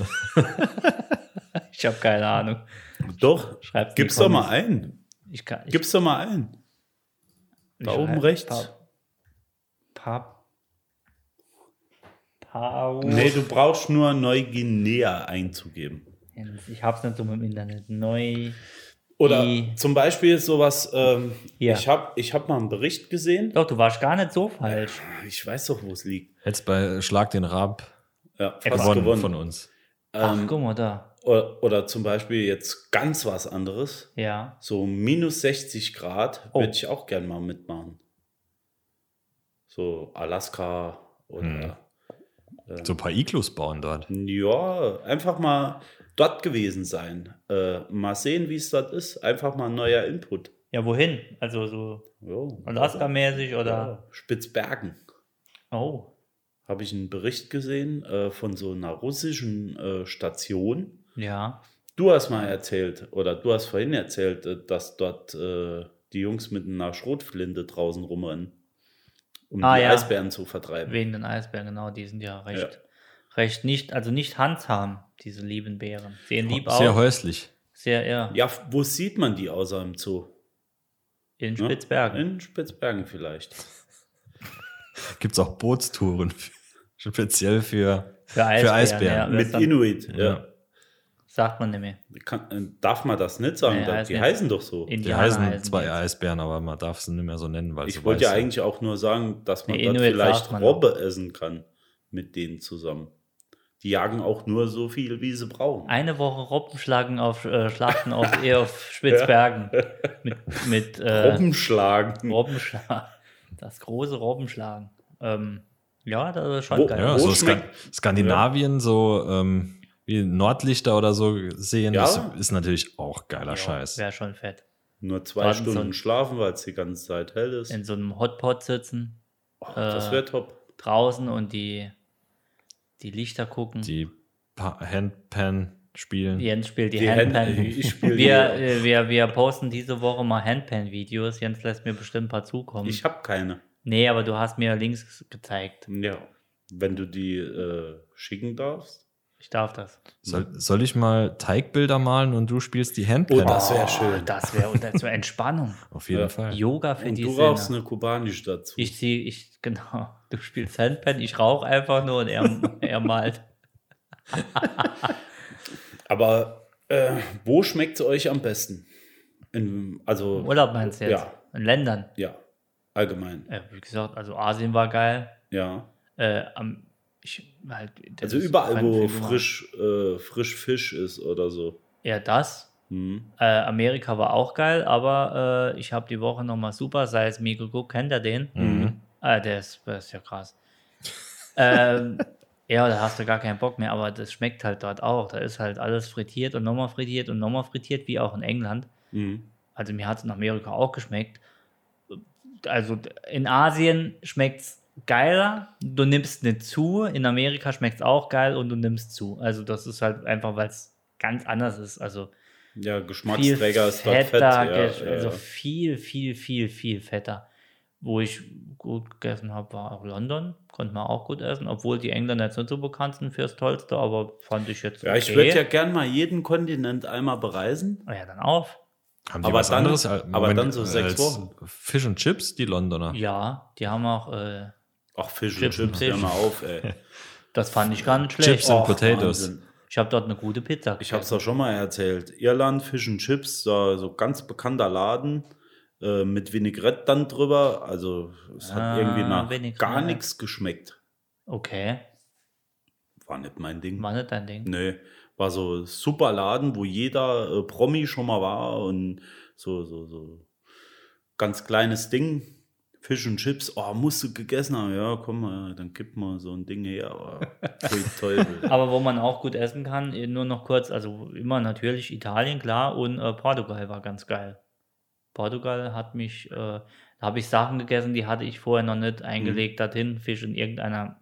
[SPEAKER 5] ich habe keine Ahnung.
[SPEAKER 6] Doch,
[SPEAKER 5] Schreib's
[SPEAKER 6] gib's
[SPEAKER 5] in die
[SPEAKER 6] doch mal
[SPEAKER 5] Kommis.
[SPEAKER 6] ein.
[SPEAKER 5] Ich kann, ich,
[SPEAKER 6] Gib's doch mal ein. Da
[SPEAKER 5] ich-
[SPEAKER 6] oben rechts.
[SPEAKER 5] Pap. Pau.
[SPEAKER 6] Nee, du brauchst nur Neuguinea einzugeben.
[SPEAKER 5] Ich hab's nicht so mit dem Internet. Neu.
[SPEAKER 6] Oder
[SPEAKER 5] Die-
[SPEAKER 6] zum Beispiel sowas, ähm,
[SPEAKER 5] Ja. Oh,
[SPEAKER 6] ich habe ich hab mal einen Bericht gesehen.
[SPEAKER 5] Doch, du warst gar nicht so falsch.
[SPEAKER 6] Ich weiß doch, wo es liegt.
[SPEAKER 4] Hättest bei Schlag den Rab
[SPEAKER 6] Ja, fast
[SPEAKER 4] gewonnen,
[SPEAKER 6] gewonnen.
[SPEAKER 4] von uns.
[SPEAKER 5] Ach,
[SPEAKER 6] Ähm,
[SPEAKER 5] guck mal da.
[SPEAKER 6] oder, oder zum Beispiel jetzt ganz was anderes.
[SPEAKER 5] Ja.
[SPEAKER 6] So minus 60 Grad
[SPEAKER 5] Oh.
[SPEAKER 6] würde ich auch gern mal mitmachen. So Alaska oder ähm,
[SPEAKER 4] So ein paar Iglus bauen dort.
[SPEAKER 6] ja, einfach mal dort gewesen sein. Äh, mal sehen, wie es dort ist. Einfach mal ein neuer Input.
[SPEAKER 5] Ja, wohin? Also so
[SPEAKER 6] Jo.
[SPEAKER 5] Alaska-mäßig oder.
[SPEAKER 6] Ja, Spitzbergen.
[SPEAKER 5] Oh.
[SPEAKER 6] habe ich einen Bericht gesehen äh, von so einer russischen äh, Station.
[SPEAKER 5] Ja.
[SPEAKER 6] Du hast mal erzählt, oder du hast vorhin erzählt, äh, dass dort äh, die Jungs mit einer Schrotflinte draußen rumrennen, um
[SPEAKER 5] Ah,
[SPEAKER 6] die
[SPEAKER 5] ja.
[SPEAKER 6] Eisbären zu vertreiben.
[SPEAKER 5] Wegen den Eisbären, genau, die sind ja recht. Recht nicht, also nicht handzahm, diese lieben Bären. Sehen lieb
[SPEAKER 4] Sehr
[SPEAKER 5] aus.
[SPEAKER 4] häuslich.
[SPEAKER 5] Sehr, ja.
[SPEAKER 6] Ja, f- wo sieht man die außer im Zoo?
[SPEAKER 5] In
[SPEAKER 6] Ne?
[SPEAKER 5] Spitzbergen.
[SPEAKER 6] In Spitzbergen vielleicht.
[SPEAKER 4] Gibt es auch Bootstouren, <laughs> speziell für,
[SPEAKER 5] Für Eisbären.
[SPEAKER 4] Eisbären.
[SPEAKER 5] Ja,
[SPEAKER 6] Mit
[SPEAKER 5] mit
[SPEAKER 6] Inuit, ja.
[SPEAKER 4] Ja.
[SPEAKER 5] Sagt man nicht mehr.
[SPEAKER 6] Kann, äh, darf man das nicht sagen?
[SPEAKER 5] Nee,
[SPEAKER 6] da-
[SPEAKER 5] heißt
[SPEAKER 6] die
[SPEAKER 5] nicht.
[SPEAKER 6] heißen doch so.
[SPEAKER 4] Die
[SPEAKER 5] Indianer
[SPEAKER 4] heißen,
[SPEAKER 5] heißen
[SPEAKER 4] zwei
[SPEAKER 5] die jetzt.
[SPEAKER 4] Eisbären, aber man darf sie nicht mehr so nennen, weil sie
[SPEAKER 6] ich wollte ja
[SPEAKER 4] weiß sind.
[SPEAKER 6] eigentlich auch nur sagen, dass man
[SPEAKER 5] Nee,
[SPEAKER 6] dort
[SPEAKER 5] Inuit
[SPEAKER 6] vielleicht
[SPEAKER 5] sagt man
[SPEAKER 6] Robbe essen kann mit denen zusammen. Die jagen auch nur so viel, wie sie brauchen.
[SPEAKER 5] Eine Woche Robben schlagen auf äh, Schlachten auf, eher auf Spitzbergen. Mit, mit äh,
[SPEAKER 6] Robbenschlagen.
[SPEAKER 5] Robbenschlag. Das große Robbenschlagen. Ähm, ja, das ist schon
[SPEAKER 6] Wo-
[SPEAKER 5] geil.
[SPEAKER 4] Ja,
[SPEAKER 6] Äh, Wo
[SPEAKER 4] so Ska
[SPEAKER 6] schmeckt-
[SPEAKER 4] Skandinavien, so ähm, wie Nordlichter oder so sehen,
[SPEAKER 6] Ja.
[SPEAKER 4] das ist natürlich auch geiler Scheiß.
[SPEAKER 5] Wäre schon fett.
[SPEAKER 6] Nur zwei
[SPEAKER 5] Warten
[SPEAKER 6] Stunden
[SPEAKER 5] soll-
[SPEAKER 6] schlafen, weil es die ganze Zeit hell ist.
[SPEAKER 5] In äh, so einem Hotpot sitzen,
[SPEAKER 6] Och, das wäre top.
[SPEAKER 5] draußen und die, die Lichter gucken.
[SPEAKER 4] Die pa Handpan spielen.
[SPEAKER 5] Jens spielt die,
[SPEAKER 6] Die Hand-
[SPEAKER 5] Handpan.
[SPEAKER 6] ich spiel die-
[SPEAKER 5] wir, äh, wir, wir posten diese Woche mal Handpan-Videos. Jens lässt mir bestimmt ein paar zukommen.
[SPEAKER 6] Ich habe keine.
[SPEAKER 5] nee, aber du hast mir Links gezeigt.
[SPEAKER 6] Ja. Wenn du die äh, schicken darfst.
[SPEAKER 5] Ich darf das.
[SPEAKER 4] Soll, soll ich mal Teigbilder malen und du spielst die Handpan?
[SPEAKER 6] Oh, das wäre
[SPEAKER 5] Oh,
[SPEAKER 6] schön.
[SPEAKER 5] das wäre unter zur Entspannung.
[SPEAKER 4] Auf jeden
[SPEAKER 6] <laughs> Ja.
[SPEAKER 4] Fall.
[SPEAKER 5] Yoga für
[SPEAKER 6] Und
[SPEAKER 5] die
[SPEAKER 6] du
[SPEAKER 5] Sinne.
[SPEAKER 6] rauchst eine kubanische dazu.
[SPEAKER 5] Ich ziehe, ich, genau. Du spielst Handpan, ich rauche einfach nur
[SPEAKER 6] <laughs>
[SPEAKER 5] und er, er malt.
[SPEAKER 6] Aber äh, wo schmeckt es euch am besten? In, also,
[SPEAKER 5] Im Urlaub meinst du jetzt?
[SPEAKER 6] Ja.
[SPEAKER 5] In Ländern.
[SPEAKER 6] ja, allgemein.
[SPEAKER 5] Äh, wie gesagt, also Asien war geil.
[SPEAKER 6] Ja.
[SPEAKER 5] Äh, am, ich, halt, das
[SPEAKER 6] Also
[SPEAKER 5] ist-
[SPEAKER 6] überall,
[SPEAKER 5] kann
[SPEAKER 6] wo
[SPEAKER 5] viel gemacht.
[SPEAKER 6] frisch, äh, frisch Fisch ist oder so.
[SPEAKER 5] Ja, das.
[SPEAKER 6] Hm.
[SPEAKER 5] Äh, Amerika war auch geil, aber äh, ich habe die Woche nochmal Super Size Me geguckt. Kennt ihr den?
[SPEAKER 4] Mhm.
[SPEAKER 5] Ah, der ist, das ist ja krass. ähm, ja, da hast du gar keinen Bock mehr, aber das schmeckt halt dort auch. Da ist halt alles frittiert und nochmal frittiert und nochmal frittiert, wie auch in England.
[SPEAKER 6] Hm.
[SPEAKER 5] Also mir hat es in Amerika auch geschmeckt. Also in Asien schmeckt es geiler, du nimmst nicht zu. In Amerika schmeckt es auch geil und du nimmst zu. Also das ist halt einfach, weil es ganz anders ist. Also
[SPEAKER 6] Ja,
[SPEAKER 5] viel
[SPEAKER 6] Geschmacksträger ist dort
[SPEAKER 5] fetter,
[SPEAKER 6] fett. Ja,
[SPEAKER 5] gesch-
[SPEAKER 6] ja,
[SPEAKER 5] also
[SPEAKER 6] ja.
[SPEAKER 5] viel, viel, viel, viel fetter. Wo ich gut gegessen habe, war auch London. Konnte man auch gut essen, obwohl die Engländer jetzt nicht so bekannt sind fürs Tollste, aber fand ich jetzt.
[SPEAKER 6] Ja, ich würde ja gern mal jeden Kontinent einmal bereisen.
[SPEAKER 5] Ah ja, dann auf.
[SPEAKER 4] Haben die
[SPEAKER 6] Aber
[SPEAKER 4] was
[SPEAKER 6] dann-
[SPEAKER 4] anderes? als-
[SPEAKER 6] aber dann so
[SPEAKER 4] als
[SPEAKER 6] sechs Wochen.
[SPEAKER 4] Fish and Chips, die Londoner.
[SPEAKER 5] Ja, die haben auch. Äh,
[SPEAKER 6] Ach, Fisch und
[SPEAKER 5] Chips und
[SPEAKER 6] Chips, hör
[SPEAKER 5] Fish.
[SPEAKER 6] mal auf,
[SPEAKER 5] <laughs>
[SPEAKER 6] ey.
[SPEAKER 5] das fand ich gar nicht schlecht. Oh,
[SPEAKER 4] Chips and
[SPEAKER 6] Och,
[SPEAKER 4] Potatoes.
[SPEAKER 6] Wahnsinn.
[SPEAKER 5] Ich habe dort eine gute Pizza.
[SPEAKER 6] Ich
[SPEAKER 5] gegessen.
[SPEAKER 6] habe es doch schon mal erzählt. Irland, Fish and Chips, so, so ganz bekannter Laden äh, mit Vinaigrette dann drüber. Also es hat
[SPEAKER 5] Ah,
[SPEAKER 6] irgendwie nach
[SPEAKER 5] Vinaigrette.
[SPEAKER 6] gar nichts geschmeckt.
[SPEAKER 5] Okay,
[SPEAKER 6] War nicht mein Ding.
[SPEAKER 5] war nicht dein Ding.
[SPEAKER 6] Nee, Ne, war so super Laden, wo jeder äh, Promi schon mal war und so, so, so ganz kleines Ding. Fisch und Chips, oh, musst du gegessen haben. Ja, komm mal, dann gib mal so ein Ding her. Oh, pfui
[SPEAKER 4] <laughs>
[SPEAKER 6] Teufel.
[SPEAKER 5] Aber wo man auch gut essen kann, eh, nur noch kurz, also immer natürlich Italien, klar, und äh, Portugal war ganz geil. Portugal hat mich, äh, da habe ich Sachen gegessen, die hatte ich vorher noch nicht eingelegt,
[SPEAKER 4] Mhm.
[SPEAKER 5] dorthin Fisch in irgendeiner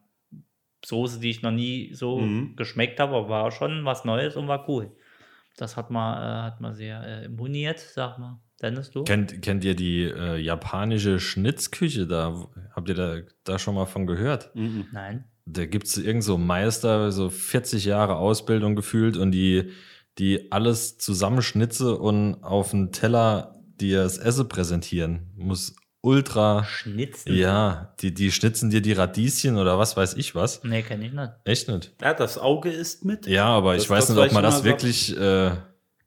[SPEAKER 5] Soße, die ich noch nie so
[SPEAKER 6] Mhm.
[SPEAKER 5] geschmeckt habe, aber war schon was Neues und war cool. Das hat man, äh, hat man sehr äh, imponiert, sag mal. Dennis, du?
[SPEAKER 4] Kennt, kennt ihr die äh, japanische Schnitzküche da? Habt ihr da, da schon mal von gehört?
[SPEAKER 6] Mhm.
[SPEAKER 5] Nein.
[SPEAKER 4] Da gibt es irgend so einen Meister, so 40 Jahre Ausbildung gefühlt und die, die alles zusammenschnitze und auf den Teller dir das Essen präsentieren, muss ultra.
[SPEAKER 5] Schnitzen?
[SPEAKER 4] Ja, die, die schnitzen dir die Radieschen oder was weiß ich was.
[SPEAKER 5] Nee, kenn ich nicht.
[SPEAKER 4] Echt nicht.
[SPEAKER 6] Ja, das Auge ist mit.
[SPEAKER 4] Ja, aber
[SPEAKER 6] Das-
[SPEAKER 4] ich weiß
[SPEAKER 6] das
[SPEAKER 4] nicht, ob
[SPEAKER 6] reicht
[SPEAKER 4] man
[SPEAKER 6] immer
[SPEAKER 4] das
[SPEAKER 6] so.
[SPEAKER 4] wirklich äh,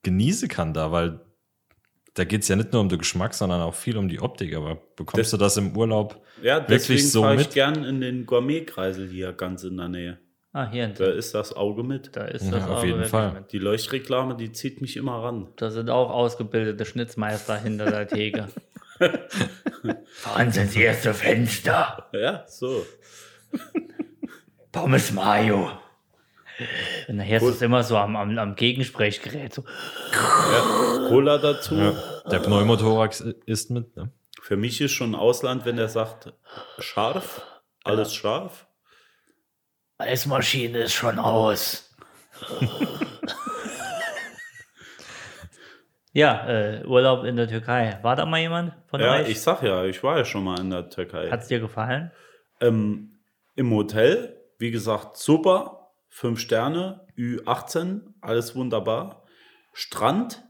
[SPEAKER 4] genießen kann da, weil da geht es ja nicht nur um den Geschmack, sondern auch viel um die Optik. Aber bekommst
[SPEAKER 6] Das-
[SPEAKER 4] du das im Urlaub?
[SPEAKER 6] Ja, deswegen
[SPEAKER 4] Wirklich so
[SPEAKER 6] fahr ich
[SPEAKER 4] mit?
[SPEAKER 6] gern in den Gourmetkreisel hier ganz in der Nähe.
[SPEAKER 5] Ah, hier.
[SPEAKER 6] Da ist das Auge mit.
[SPEAKER 5] Da ist
[SPEAKER 4] Ja,
[SPEAKER 5] das
[SPEAKER 4] auf
[SPEAKER 5] Auge
[SPEAKER 4] jeden
[SPEAKER 5] wirklich
[SPEAKER 4] Fall.
[SPEAKER 5] mit.
[SPEAKER 6] Die Leuchtreklame, die zieht mich immer ran.
[SPEAKER 5] Da sind auch ausgebildete Schnitzmeister hinter der Theke.
[SPEAKER 6] <laughs>
[SPEAKER 5] Fahren Sie ins erste Fenster.
[SPEAKER 6] Ja, so.
[SPEAKER 5] Pommes Mayo. Und nachher ist es immer so am, am, am Gegensprechgerät. So.
[SPEAKER 6] Cola dazu.
[SPEAKER 4] Der Pneumothorax i- ist mit, ne?
[SPEAKER 6] Für mich ist schon Ausland, wenn er sagt, scharf, alles scharf.
[SPEAKER 5] Eismaschine ist schon
[SPEAKER 6] <laughs>
[SPEAKER 5] aus. ja, äh, Urlaub in der Türkei. War da mal jemand von
[SPEAKER 6] Ja,
[SPEAKER 5] euch?
[SPEAKER 6] ich sag ja, ich war ja schon mal in der Türkei.
[SPEAKER 5] Hat es dir gefallen?
[SPEAKER 6] Ähm, Im Hotel, wie gesagt, super. Fünf Sterne, Ü18, alles wunderbar. Strand,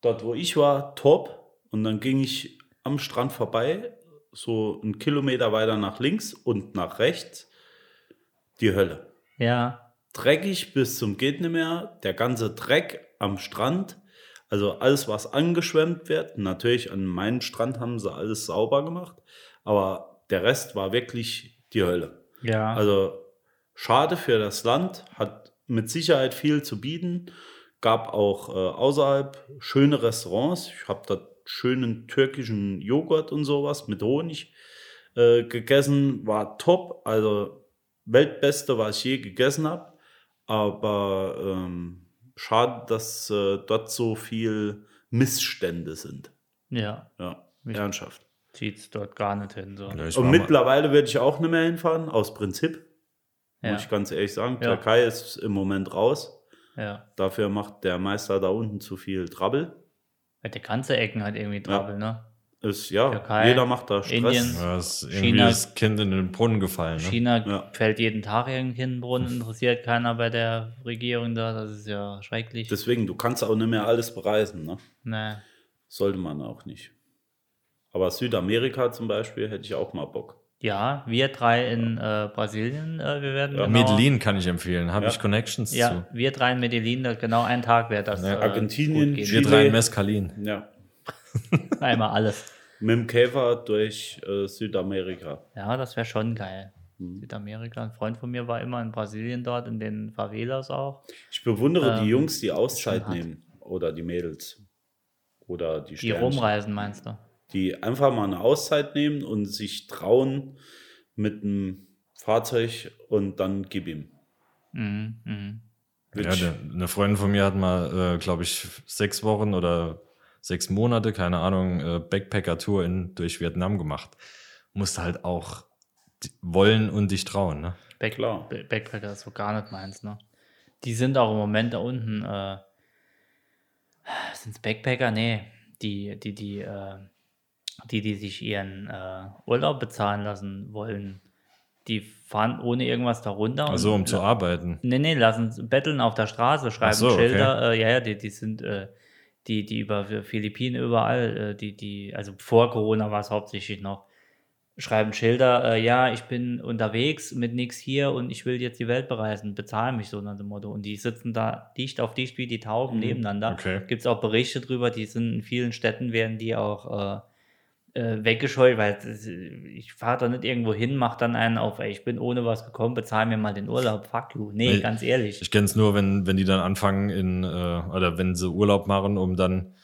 [SPEAKER 6] dort wo ich war, top. Und dann ging ich am Strand vorbei, so einen Kilometer weiter nach links und nach rechts. Die Hölle.
[SPEAKER 5] Ja.
[SPEAKER 6] Dreckig bis zum geht nicht mehr. Der ganze Dreck am Strand. Also alles, was angeschwemmt wird. Natürlich an meinem Strand haben sie alles sauber gemacht. Aber der Rest war wirklich die Hölle.
[SPEAKER 5] Ja.
[SPEAKER 6] Also schade für das Land, hat mit Sicherheit viel zu bieten, gab auch äh, außerhalb schöne Restaurants. Ich habe da schönen türkischen Joghurt und sowas mit Honig äh, gegessen, war top, also Weltbeste, was ich je gegessen habe. Aber ähm, schade, dass äh, dort so viel Missstände sind.
[SPEAKER 5] ja.
[SPEAKER 6] Ja,
[SPEAKER 5] Mich-
[SPEAKER 6] ernsthaft.
[SPEAKER 5] Zieht's dort gar nicht hin. So.
[SPEAKER 4] Ja, ich
[SPEAKER 6] Und
[SPEAKER 4] war mal-
[SPEAKER 6] mittlerweile werde ich auch nicht mehr hinfahren, aus Prinzip.
[SPEAKER 5] Ja.
[SPEAKER 6] Muss ich ganz ehrlich sagen.
[SPEAKER 5] Ja.
[SPEAKER 6] Türkei ist im Moment raus.
[SPEAKER 5] ja.
[SPEAKER 6] Dafür macht der Meister da unten zu viel Trouble.
[SPEAKER 5] Der ganze Ecken hat irgendwie Trouble, ne?
[SPEAKER 6] Ist ja,
[SPEAKER 5] Türkei,
[SPEAKER 6] jeder macht da Stress.
[SPEAKER 5] Indien.
[SPEAKER 4] Ja, ist irgendwie
[SPEAKER 5] China-
[SPEAKER 4] das Kind in den Brunnen gefallen. Ne?
[SPEAKER 5] China
[SPEAKER 6] Ja.
[SPEAKER 5] fällt jeden Tag irgendwie in den Brunnen, interessiert keiner bei der Regierung da. Das ist ja schrecklich.
[SPEAKER 6] Deswegen, du kannst auch nicht mehr alles bereisen. Ne?
[SPEAKER 5] nee.
[SPEAKER 6] Sollte man auch nicht. Aber Südamerika zum Beispiel hätte ich auch mal Bock.
[SPEAKER 5] Ja, wir drei in äh, Brasilien, äh, wir werden.
[SPEAKER 6] Ja.
[SPEAKER 5] genauer-
[SPEAKER 4] Medellin kann ich empfehlen, habe
[SPEAKER 6] Ja.
[SPEAKER 4] ich Connections
[SPEAKER 5] Ja,
[SPEAKER 4] zu.
[SPEAKER 5] wir drei in Medellin, da- genau ein Tag wäre das.
[SPEAKER 4] Ja,
[SPEAKER 5] äh,
[SPEAKER 6] Argentinien,
[SPEAKER 5] gut gehen.
[SPEAKER 4] Wir
[SPEAKER 6] Chile.
[SPEAKER 4] drei in Mescalin.
[SPEAKER 6] Ja.
[SPEAKER 5] Einmal alles.
[SPEAKER 6] Mit dem Käfer durch äh, Südamerika.
[SPEAKER 5] Ja, das wäre schon geil. Südamerika, ein Freund von mir war immer in Brasilien dort, in den Favelas auch.
[SPEAKER 6] Ich bewundere
[SPEAKER 5] Ähm,
[SPEAKER 6] die Jungs, die Auszeit
[SPEAKER 5] schon hart.
[SPEAKER 6] nehmen. Oder die Mädels. Oder die
[SPEAKER 5] Die
[SPEAKER 6] Sternchen.
[SPEAKER 5] rumreisen, meinst du?
[SPEAKER 6] die einfach mal eine Auszeit nehmen und sich trauen mit einem Fahrzeug und dann gib ihm.
[SPEAKER 5] Mhm, mhm.
[SPEAKER 4] Ja,
[SPEAKER 6] Wirklich.
[SPEAKER 4] eine- eine Freundin von mir hat mal, äh, glaube ich, sechs Wochen oder sechs Monate, keine Ahnung, äh, Backpacker-Tour in- durch Vietnam gemacht. Musst halt auch die- wollen und dich trauen. Ne?
[SPEAKER 5] Back
[SPEAKER 6] Klar.
[SPEAKER 5] Ba- Backpacker ist so gar nicht meins, ne? Die sind auch im Moment da unten, äh, sind Backpacker? Nee, die, die, die, äh, die, die sich ihren äh, Urlaub bezahlen lassen wollen, die fahren ohne irgendwas darunter. und-
[SPEAKER 4] Also um zu arbeiten.
[SPEAKER 5] Nee, nee, lassen s- betteln auf der Straße, schreiben
[SPEAKER 4] Ach so, okay.
[SPEAKER 5] Schilder. Äh, ja, ja, die, die sind, äh, die, die über Philippinen überall, äh, die, die, also vor Corona war es hauptsächlich noch, schreiben Schilder, äh, ja, ich bin unterwegs mit nix hier und ich will jetzt die Welt bereisen, bezahl mich so nach dem Motto. Und die sitzen da dicht auf dicht wie die Tauben nebeneinander.
[SPEAKER 4] Mhm, Okay.
[SPEAKER 5] Gibt es auch Berichte drüber, die sind in vielen Städten, werden die auch äh, äh, weggescheut, weil das- äh, ich fahre da nicht irgendwo hin, mach dann einen auf, ey, ich bin ohne was gekommen, bezahl mir mal den Urlaub, fuck you. Nee,
[SPEAKER 4] Nee,
[SPEAKER 5] ganz ehrlich.
[SPEAKER 4] Ich kenne es nur, wenn, wenn die dann anfangen in, äh, oder wenn sie Urlaub machen, um dann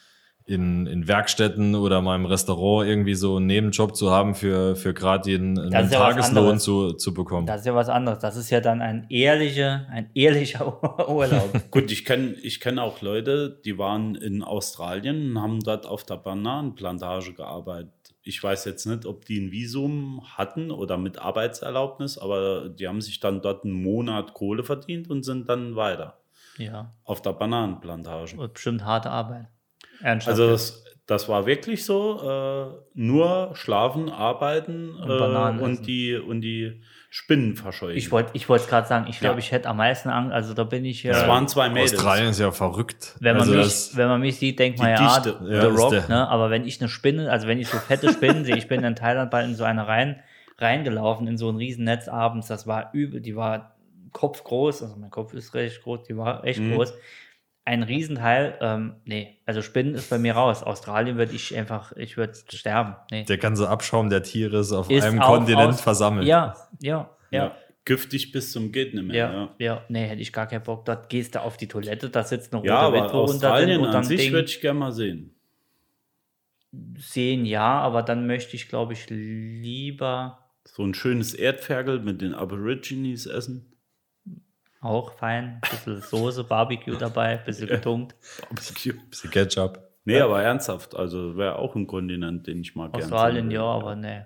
[SPEAKER 4] in, in Werkstätten oder mal im Restaurant irgendwie so einen Nebenjob zu haben für, für gerade den einen
[SPEAKER 5] ist ja was
[SPEAKER 4] Tageslohn
[SPEAKER 5] anderes.
[SPEAKER 4] zu, zu bekommen.
[SPEAKER 5] das ist ja was anderes. Das ist ja dann ein ehrlicher, ein ehrlicher <laughs> Urlaub.
[SPEAKER 6] Gut, ich kenne ich kenn auch Leute, die waren in Australien und haben dort auf der Bananenplantage gearbeitet. Ich weiß jetzt nicht, ob die ein Visum hatten oder mit Arbeitserlaubnis, aber die haben sich dann dort einen Monat Kohle verdient und sind dann weiter
[SPEAKER 5] ja,
[SPEAKER 6] auf der Bananenplantage.
[SPEAKER 5] und bestimmt harte Arbeit. Ernsthaft.
[SPEAKER 6] Also das, Das war wirklich so. Äh, nur schlafen, arbeiten und,
[SPEAKER 5] Bananen
[SPEAKER 6] äh, und,
[SPEAKER 5] essen.
[SPEAKER 6] die, und die Spinnen verscheuchen.
[SPEAKER 5] Ich wollte ich es gerade sagen, ich glaube,
[SPEAKER 6] Ja.
[SPEAKER 5] ich hätte am meisten Angst, also da bin ich ja.
[SPEAKER 6] das waren zwei Mädels.
[SPEAKER 4] Australien ist ja verrückt.
[SPEAKER 5] Wenn man,
[SPEAKER 4] also
[SPEAKER 5] mich,
[SPEAKER 4] das,
[SPEAKER 5] wenn man mich sieht, denkt man ja,
[SPEAKER 6] Dichte.
[SPEAKER 5] The
[SPEAKER 4] Ja, ist
[SPEAKER 5] Rock,
[SPEAKER 4] der-
[SPEAKER 5] ne? aber wenn ich eine Spinne, also wenn ich so fette Spinnen sehe, ich bin in Thailand bald in so eine rein, reingelaufen, in so ein Riesennetz abends, das war übel, die war kopfgroß, also mein Kopf ist recht groß, die war echt
[SPEAKER 6] Mhm.
[SPEAKER 5] groß. Ein Riesenteil, ähm, nee, also Spinnen ist bei mir raus. Australien würde ich einfach, ich würde sterben. Nee.
[SPEAKER 4] der ganze Abschaum der Tiere ist auf
[SPEAKER 5] Ist
[SPEAKER 4] einem
[SPEAKER 5] auf-
[SPEAKER 4] Kontinent
[SPEAKER 5] aus-
[SPEAKER 4] versammelt.
[SPEAKER 5] Ja, ja, ja.
[SPEAKER 6] Ja. Giftig bis zum geht nicht mehr.
[SPEAKER 5] Ja,
[SPEAKER 6] ja.
[SPEAKER 5] ja, nee, hätte ich gar keinen Bock. Dort gehst du auf die Toilette, da sitzt eine rote
[SPEAKER 6] Ja, aber
[SPEAKER 5] Witwe unter den
[SPEAKER 6] Australien
[SPEAKER 5] und
[SPEAKER 6] an
[SPEAKER 5] dann
[SPEAKER 6] sich
[SPEAKER 5] Ding
[SPEAKER 6] würde ich gerne mal sehen.
[SPEAKER 5] sehen, ja, aber dann möchte ich, glaube ich, lieber
[SPEAKER 6] So ein schönes Erdferkel mit den Aborigines essen.
[SPEAKER 5] auch fein, ein bisschen Soße, Barbecue dabei, ein bisschen getunkt.
[SPEAKER 6] Barbecue.
[SPEAKER 4] Bisschen Ketchup.
[SPEAKER 6] Nee, aber ernsthaft. Also wäre auch ein Kontinent, den ich mal gerne
[SPEAKER 5] Australien, ja, aber nee.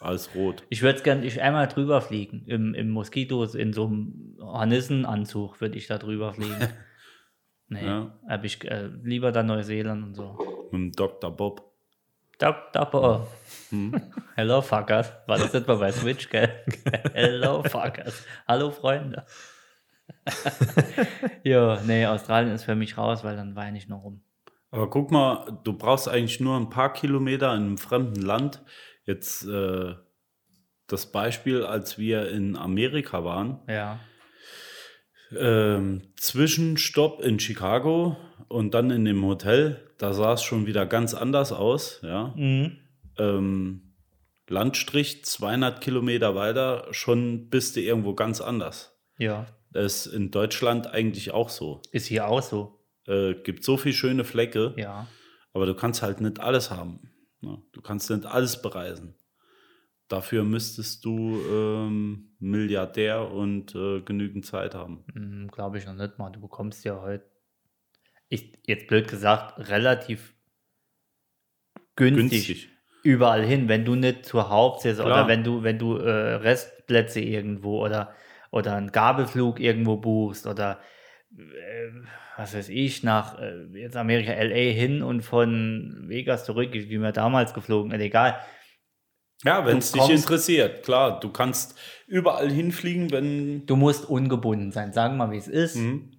[SPEAKER 6] Als rot.
[SPEAKER 5] Ich würde es gerne, ich einmal drüber fliegen, im, im Moskitos, in so einem Hornissenanzug würde ich da drüber fliegen. Nee,
[SPEAKER 6] Ja.
[SPEAKER 5] hab ich äh, lieber dann Neuseeland und so.
[SPEAKER 6] Mit dem Dr. Bob.
[SPEAKER 5] Da, da, oh. <laughs> Hello Fuckers. War das jetzt mal bei Switch, gell? Hello Fuckers. Hallo Freunde. <laughs> ja, nee, Australien ist für mich raus, weil dann weine ich noch rum.
[SPEAKER 6] Aber guck mal, du brauchst eigentlich nur ein paar Kilometer in einem fremden Land. Jetzt äh, das Beispiel, als wir in Amerika waren.
[SPEAKER 5] Ja.
[SPEAKER 6] Ähm, Zwischenstopp in Chicago und dann in dem Hotel. Da sah es schon wieder ganz anders aus. Ja. ähm, Landstrich 200 Kilometer weiter, schon bist du irgendwo ganz anders.
[SPEAKER 5] Ja.
[SPEAKER 6] Das ist in Deutschland eigentlich auch so.
[SPEAKER 5] Ist hier auch so.
[SPEAKER 6] Äh, gibt so viel schöne Flecke,
[SPEAKER 5] Ja.
[SPEAKER 6] aber du kannst halt nicht alles haben. Ne? Du kannst nicht alles bereisen. Dafür müsstest du ähm, Milliardär und äh, genügend Zeit haben.
[SPEAKER 5] Hm, Glaube ich noch nicht mal. Du bekommst ja heute, ich, jetzt blöd gesagt, relativ günstig. überall hin, wenn du nicht zur Hauptsaison
[SPEAKER 6] Klar.
[SPEAKER 5] oder wenn du, wenn du äh, Restplätze irgendwo oder, oder einen Gabelflug irgendwo buchst oder ähm, was weiß ich, nach äh, jetzt Amerika LA hin und von Vegas zurück, wie mir damals geflogen, ist, egal.
[SPEAKER 6] Ja, wenn es
[SPEAKER 5] Du
[SPEAKER 6] dich
[SPEAKER 5] kommst-
[SPEAKER 6] interessiert, klar. Du kannst überall hinfliegen, wenn.
[SPEAKER 5] Du musst ungebunden sein, sagen wir mal, wie es ist.
[SPEAKER 6] Mhm.